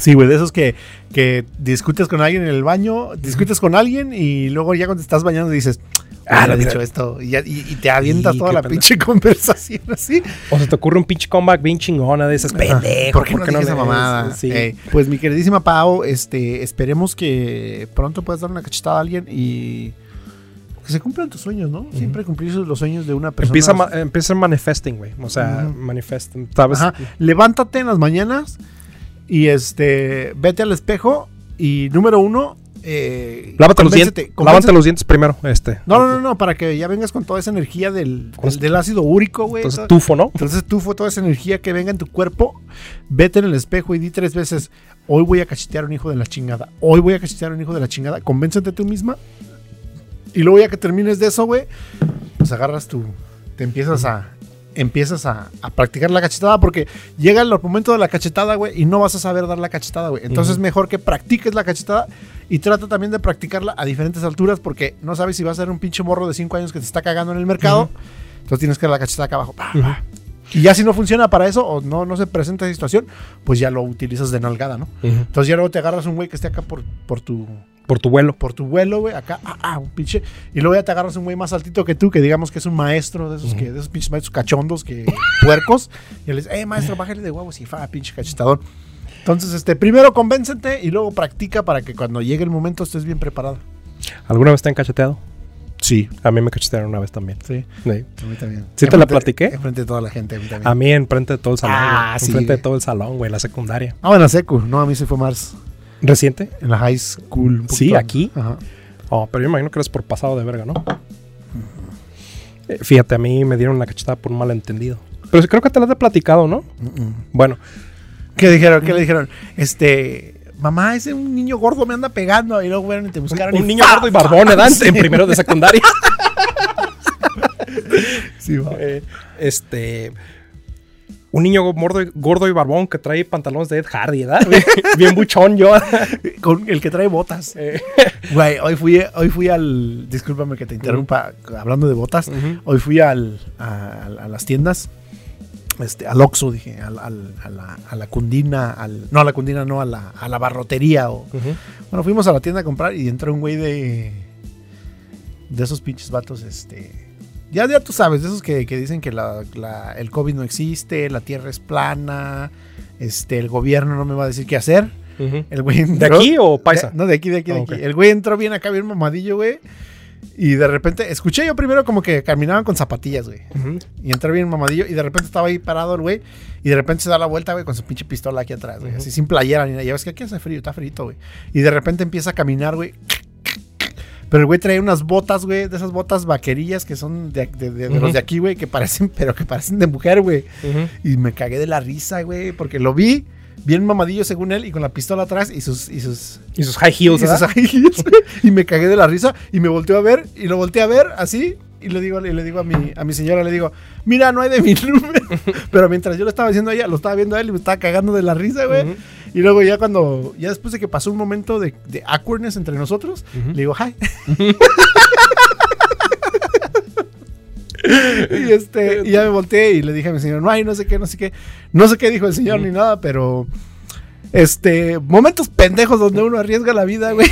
Sí, güey, de esos que, que discutes con alguien en el baño, discutes con alguien y luego ya cuando te estás bañando dices, ah,
Ah,
no he
la
dicho
mira.
esto, y, ya- y- y te avientas
Y
toda
qué
la
pena.
pinche *laughs* conversación así.
O se te ocurre un pinche comeback bien chingona de esas pendejo.
¿Por qué no, dije esa
le-
mamada?
Sí.
Ey, pues mi queridísima Pau, este, esperemos que pronto puedas dar una cachetada a alguien y que se cumplan tus sueños, ¿no? Siempre cumplir los sueños de una persona.
Empieza, ma- empieza manifesting, güey. O sea,
Ujú.
manifesting. ¿Sabes?
Ajá. Levántate en las mañanas y este, vete al espejo y número uno, eh,
Lávate los,
convéncete-
dientes,
convéncete-
lávate los dientes primero. Este.
No, no, no, no, para que ya vengas con toda esa energía del, del,
Entonces-
del ácido úrico, güey.
Entonces,
todo-
tufo, ¿no?
Entonces tú fue toda esa energía que venga en tu cuerpo, vete en el espejo y di tres veces, hoy voy a cachetear a un hijo de la chingada, hoy voy a cachetear a un hijo de la chingada, convéncete tú misma. Y luego ya que termines de eso, güey, pues agarras tu, te empiezas a, empiezas a, a practicar la cachetada porque llega el momento de la cachetada, güey, y no vas a saber dar la cachetada, güey. Entonces
Ujú.
mejor que practiques la cachetada y trata también de practicarla a diferentes alturas porque no sabes si va a ser un pinche morro de 5 años que te está cagando en el mercado. Entonces tienes que dar la cachetada acá abajo. pa, pa. Y ya si no funciona para eso o no, no se presenta esa situación, pues ya lo utilizas de nalgada, ¿no?
Ujú.
Entonces ya luego te agarras un güey que esté acá por, por tu
Por tu vuelo.
por tu vuelo, güey, acá, ah, ah, un pinche. Y luego ya te agarras un güey más altito que tú, que digamos que es un maestro de esos, que, de esos pinches maestros cachondos, que puercos. Y le dices, eh, maestro, bájale de huevos y fa, pinche cachetador. Entonces, este, primero convéncete y luego practica para que cuando llegue el momento estés bien preparado.
¿Alguna vez te han cacheteado?
Sí,
A mí me cachetearon una vez también.
sí,
Sí.
a mí también.
¿Sí te
Enfrente-
la
Ah.
platiqué?
Enfrente de toda la gente, a mí también.
A mí enfrente de todo el salón.
Ah,
güey.
sí,
enfrente
güey.
de todo el salón, güey, la secundaria.
Ah, bueno, secu, no, a mí se fue más.
¿Reciente?
En la high school. un
Sí,
poquito.
aquí.
Ajá.
Oh, pero yo imagino que eres por pasado de verga, ¿no? Eh, Fíjate, a mí me dieron la cachetada por un malentendido. Pero sí creo que te la he platicado, ¿no? Bueno,
¿Qué dijeron? ¿Qué le dijeron? Este. Mamá, ese un niño gordo me anda pegando. Y luego fueron y te buscaron.
un
y
niño *laughs*
¡fa!
gordo y
*laughs*
barbón, ¿verdad? En primero de secundaria.
Sí, va.
Eh, este. Un niño go- gordo y, gordo y barbón que trae pantalones de Ed Hardy, ¿verdad?
*laughs*
*laughs* Bien buchón yo. *laughs*
Eh, Con el que trae botas.
Eh,
Güey, hoy fui, hoy fui al. Discúlpame que te interrumpa hablando de botas.
Ujú.
Hoy fui al, a, a las tiendas. Este, al Oxxo, dije, al- al- a, la, a la Cundina, al, no a la Cundina, no, a la, a la barrotería. O, Bueno, fuimos a la tienda a comprar y entró un güey de. De esos pinches vatos, este. Ya, ya tú sabes, de esos que, que dicen que la- la- el COVID no existe, la tierra es plana, este, el gobierno no me va a decir qué hacer. El güey
¿De
entró-
aquí o paisa?
de- no, de aquí, de aquí, de
Ah,
aquí.
ok.
El güey entró bien acá, bien mamadillo, güey. Y de repente, escuché yo primero como que caminaban con zapatillas, güey.
Ujú.
Y entró bien mamadillo. Y de repente estaba ahí parado el güey. Y de repente se da la vuelta, güey, con su pinche pistola aquí atrás, güey.
Ujú.
Así sin playera ni nada. Ya ves que aquí hace frío, está frito, güey. Y de repente empieza a caminar, güey. Pero el güey trae unas botas, güey, de esas botas vaquerillas que son de, de- de- de
Ujú.
los de aquí, güey, que parecen, pero que parecen de mujer, güey.
Ujú.
Y me cagué de la risa, güey, porque lo vi bien mamadillo según él y con la pistola atrás y sus, y sus,
Y sus high heels,
y, sus
¿verdad?
*laughs* high heels, güey. Y me cagué de la risa y me volteó a ver y lo volteé a ver así y le digo, y le digo a, mi, a mi señora, le digo, mira, no hay de mi *laughs* número. Pero mientras yo lo estaba haciendo a ella, lo estaba viendo a él y me estaba cagando de la risa, güey.
Ujú.
Y luego ya cuando, ya después de que pasó un momento de, de awkwardness entre nosotros,
Ujú.
le digo, hi. y este, y ya me volteé y le dije a mi señor, no hay, no sé qué, no sé qué. No sé qué dijo el señor ni nada, pero... Este, momentos pendejos donde uno arriesga la vida, güey.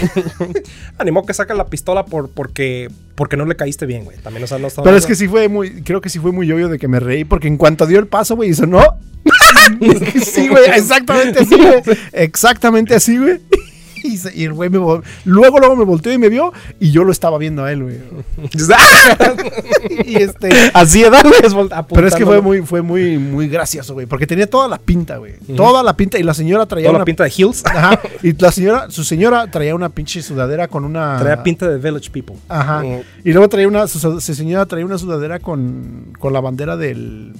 Animó que saca la pistola por, porque, porque no le caíste bien, güey. También, o sea, no estaba-
Pero es que sí fue muy, creo que sí fue muy obvio de que me reí, porque en cuanto dio el paso, güey, y *laughs* sonó. sí, güey, exactamente así, güey. Exactamente así, güey. *laughs* Y, se- y el güey me vol- Luego, luego me volteó y me vio, y yo lo estaba viendo a él, güey.
*laughs*
Y este.
Así era, güey. Ah, es vol-
Pero es que fue
apuntándole.
muy, fue muy, muy gracioso, güey. Porque tenía toda la pinta, güey. Toda la pinta. Y la señora traía
Toda
una.
la pinta de heels.
Ajá. Y la señora, su señora traía una pinche sudadera con una.
*laughs* Traía pinta de Village People.
Ajá.
Mm.
Y luego traía una, su, su señora traía una sudadera con, con la bandera del...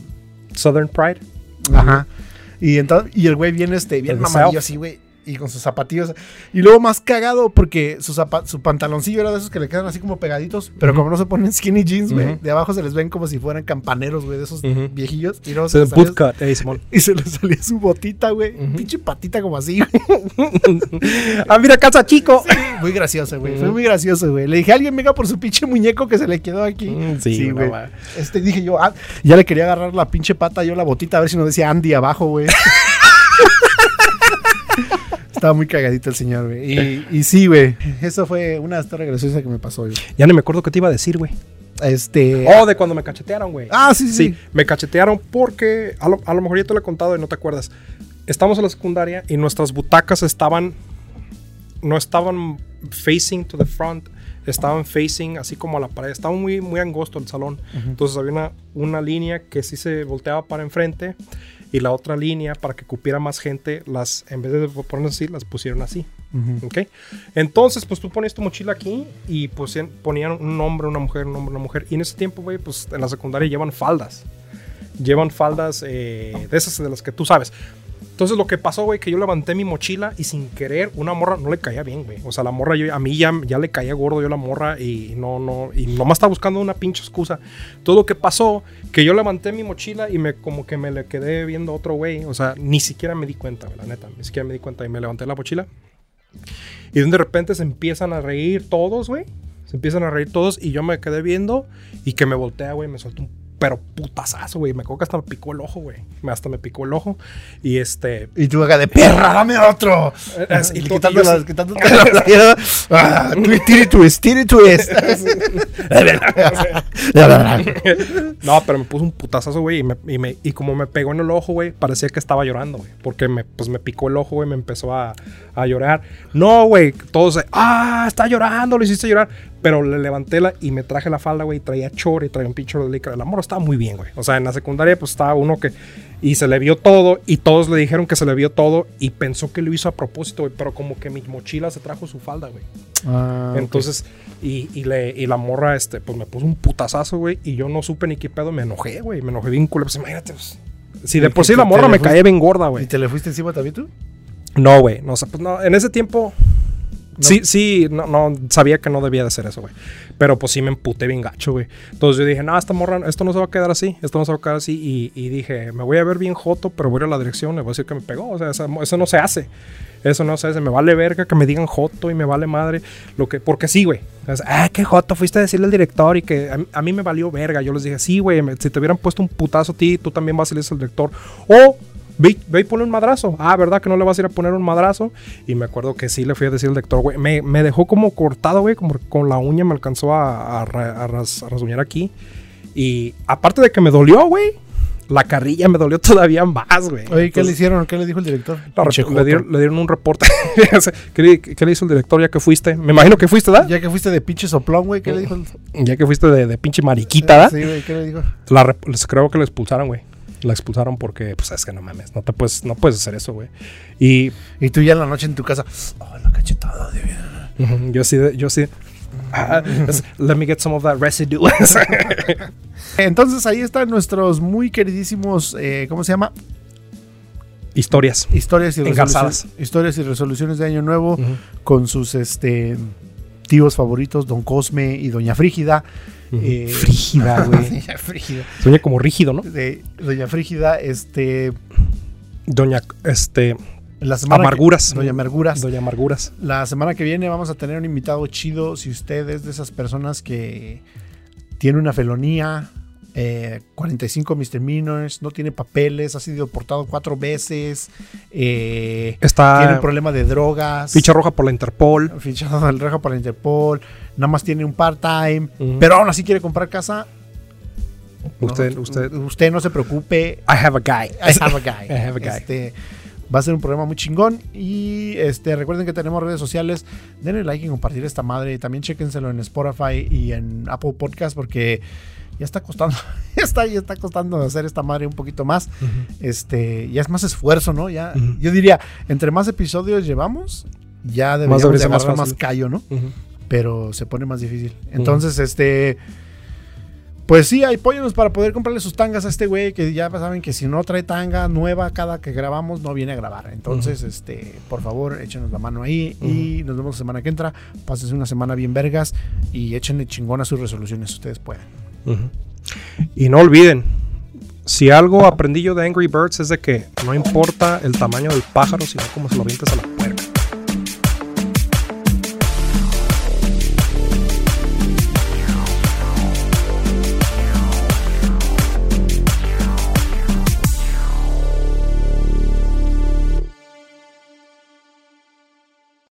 Southern Pride.
Ajá. Y, entonces, y el güey viene este, bien
El
mamadillo
South.
así, güey. Y con sus zapatillos. Y luego más cagado porque su, zapa- su pantaloncillo era de esos que le quedan así como pegaditos. Pero como no se ponen skinny jeans, güey.
Ujú.
De abajo se les ven como si fueran campaneros, güey. De esos
Ujú.
viejillos. Y luego se
So,
les salía-
bootcut, eh, Simón.
y se les *laughs* salía su botita, güey.
Ujú.
Pinche patita como así, güey.
ah, mira, casa chico.
Muy gracioso, güey. Fue
Ujú.
muy gracioso, güey. Le dije, alguien venga por su pinche muñeco que se le quedó aquí.
Mm, sí, no
güey.
mames.
Este, dije yo, ah, ya le quería agarrar la pinche pata, yo la botita, a ver si no decía Andy abajo, güey. *laughs* Estaba muy cagadito el señor, güey. Y, y sí, güey. Eso fue una historia graciosa que me pasó, güey.
Ya ni me acuerdo qué te iba a decir, güey.
Este.
Oh, de cuando me cachetearon, güey.
ah, sí, sí.
Sí, me cachetearon porque a lo, a lo mejor ya te lo he contado y no te acuerdas. Estamos en la secundaria y nuestras butacas estaban. No estaban facing to the front, estaban facing así como a la pared. Estaba muy, muy angosto el salón. Entonces había una, una línea que sí se volteaba para enfrente y la otra línea para que cupiera más gente. Las, en vez de ponerlas así, las pusieron así.
Ujú.
¿ok? Entonces, pues tú ponías tu mochila aquí y pues en- ponían un hombre, una mujer, un hombre, una mujer. Y en ese tiempo, güey, pues en la secundaria llevan faldas. Llevan faldas eh, de esas de las que tú sabes. Entonces lo que pasó, güey, que yo levanté mi mochila y sin querer una morra no le caía bien, güey. O sea, la morra yo, a mí ya, ya le caía gordo yo la morra y no, no, y nomás estaba buscando una pinche excusa. Todo lo que pasó, que yo levanté mi mochila y me como que me le quedé viendo a otro güey. O sea, ni siquiera me di cuenta, güey, la neta, ni siquiera me di cuenta y me levanté la mochila. Y de repente se empiezan a reír todos, güey. Se empiezan a reír todos y yo me quedé viendo y que me voltea, güey, me soltó un pero putazazo, güey. Me acuerdo que hasta me picó el ojo, güey. Me- Hasta me picó el ojo. Y este.
Y tú acá de perra, dame otro.
Eh, eh,
Y
y
le
to-
quitando
y yo
las-
así-
quitándote *laughs* la playera. Ah, twi- Tiri twist, tiri
*laughs*
twist. *laughs*
*laughs* No, pero me puso un putazazo, güey. Y, me- y me- y como me pegó en el ojo, güey, parecía que estaba llorando, güey. Porque me, pues me picó el ojo, güey. Me empezó a, a llorar. No, güey. Todos, ah, está llorando, lo hiciste llorar. Pero le levanté la y me traje la falda, güey. y Traía chor y traía un pincho de licra. El amor estaba muy bien, güey. O sea, en la secundaria, pues estaba uno que. Y se le vio todo. Y todos le dijeron que se le vio todo. Y pensó que lo hizo a propósito, güey. Pero como que mi mochila se trajo su falda, güey.
Ah, ok.
Entonces, y, y le, y la morra, este, pues me puso un putazazo, güey, y yo no supe ni qué pedo, me enojé, güey, me enojé bien culo. Pues imagínate, pues, si de
¿Y
por
qué
sí la
te-
morra
te
me
fuiste?
caía bien gorda,
¿Y
güey.
te le fuiste encima también tú?
No, güey, no, o sea, pues no, en ese tiempo, sí, sí, no, no, sabía que no debía de hacer eso, güey. Pero pues sí me emputé bien gacho, güey. Entonces yo dije, no, esta morra, esto no se va a quedar así, esto no se va a quedar así. Y, y dije, me voy a ver bien joto, pero voy a ir a la dirección, le voy a decir que me pegó, o sea, esa- eso no se hace. Eso no se hace, me vale verga que me digan joto y me vale madre. Lo que, porque sí, güey. O sea, ah, qué joto, fuiste a decirle al director y que a, a mí me valió verga. Yo les dije, sí, güey, me- si te hubieran puesto un putazo a ti, tú también vas a irles al director. O ve, ve y ponle un madrazo. Ah, ¿verdad que no le vas a ir a poner un madrazo? Y me acuerdo que sí le fui a decir al director, güey. Me, me dejó como cortado, güey, como con la uña me alcanzó a, a, ra- a ras- a rasguñar aquí. Y aparte de que me dolió, güey, la carrilla me dolió *laughs* todavía más,
Oye,
güey.
¿qué le
Entonces,
hicieron? ¿Qué le dijo el director?
la
Pinche
rep- le, dieron,
joto.
le dieron un reporte. *laughs* ¿Qué, le- qué le hizo el director ya que fuiste? Me imagino que fuiste, ¿da? Ya,
Ya que fuiste de pinche soplón, güey, ¿qué le dijo el
que fuiste de, de pinche mariquita, ¿da?
Eh, Sí, güey, ¿qué le dijo?
La rep- les creo que la expulsaron, güey. La expulsaron porque, pues, es que no mames, no te puedes, no puedes hacer eso, güey. Y
Y tú ya en la noche en tu casa. Oh, la cachetada, Dios mío.
ujú, yo sí, de- yo sí. ah, es- let me get some of that residue. *laughs*
Entonces ahí están nuestros muy queridísimos, eh, ¿cómo se llama?
Historias.
Historias y,
Engarzadas.
resoluciones, historias y resoluciones de Año Nuevo
Ujú,
con sus este, tíos favoritos, Don Cosme y Doña Frígida.
ujú.
Eh, *laughs*
Frígida, güey.
Doña Frígida.
Sueña como rígido, ¿no?
De- Doña Frígida, este,
Doña, este,
la semana que-
Amarguras.
Doña Amarguras.
Doña Amarguras.
La semana que viene vamos a tener un invitado chido. Si usted es de esas personas que tiene una felonía, eh, 45 misdemeanors, no tiene papeles, ha sido deportado cuatro veces, eh, tiene
Está
un problema de drogas,
ficha roja por la Interpol.
fichado al reja para Interpol, nada más tiene un part-time,
Ujú.
pero aún así quiere comprar casa.
Usted,
no,
usted.
usted no se preocupe,
I have a guy.
I have a guy.
I have a guy.
Este, va a ser un programa muy chingón. Y este, recuerden que tenemos redes sociales. Denle like y compartir esta madre. También chéquenselo en Spotify y en Apple Podcast porque ya está costando. *laughs* Ya está, ya está costando hacer esta madre un poquito más.
Ujú.
Este, ya es más esfuerzo, ¿no? Ya,
Ujú.
Yo diría, entre más episodios llevamos, ya deberíamos
debería
de
ser más
agarrar más
fácil.
callo, ¿no?
Ujú.
pero se pone más difícil. Entonces, este. Pues sí, apóyanos para poder comprarle sus tangas a este güey, que ya saben que si no trae tanga nueva cada que grabamos, no viene a grabar. Entonces, este, por favor, échenos la mano ahí y nos vemos la semana que entra. Pásense una semana bien vergas y échenle chingón a sus resoluciones, ustedes pueden.
Ujú. Y no olviden, si algo aprendí yo de Angry Birds es de que no importa el tamaño del pájaro, sino cómo se lo avientes a la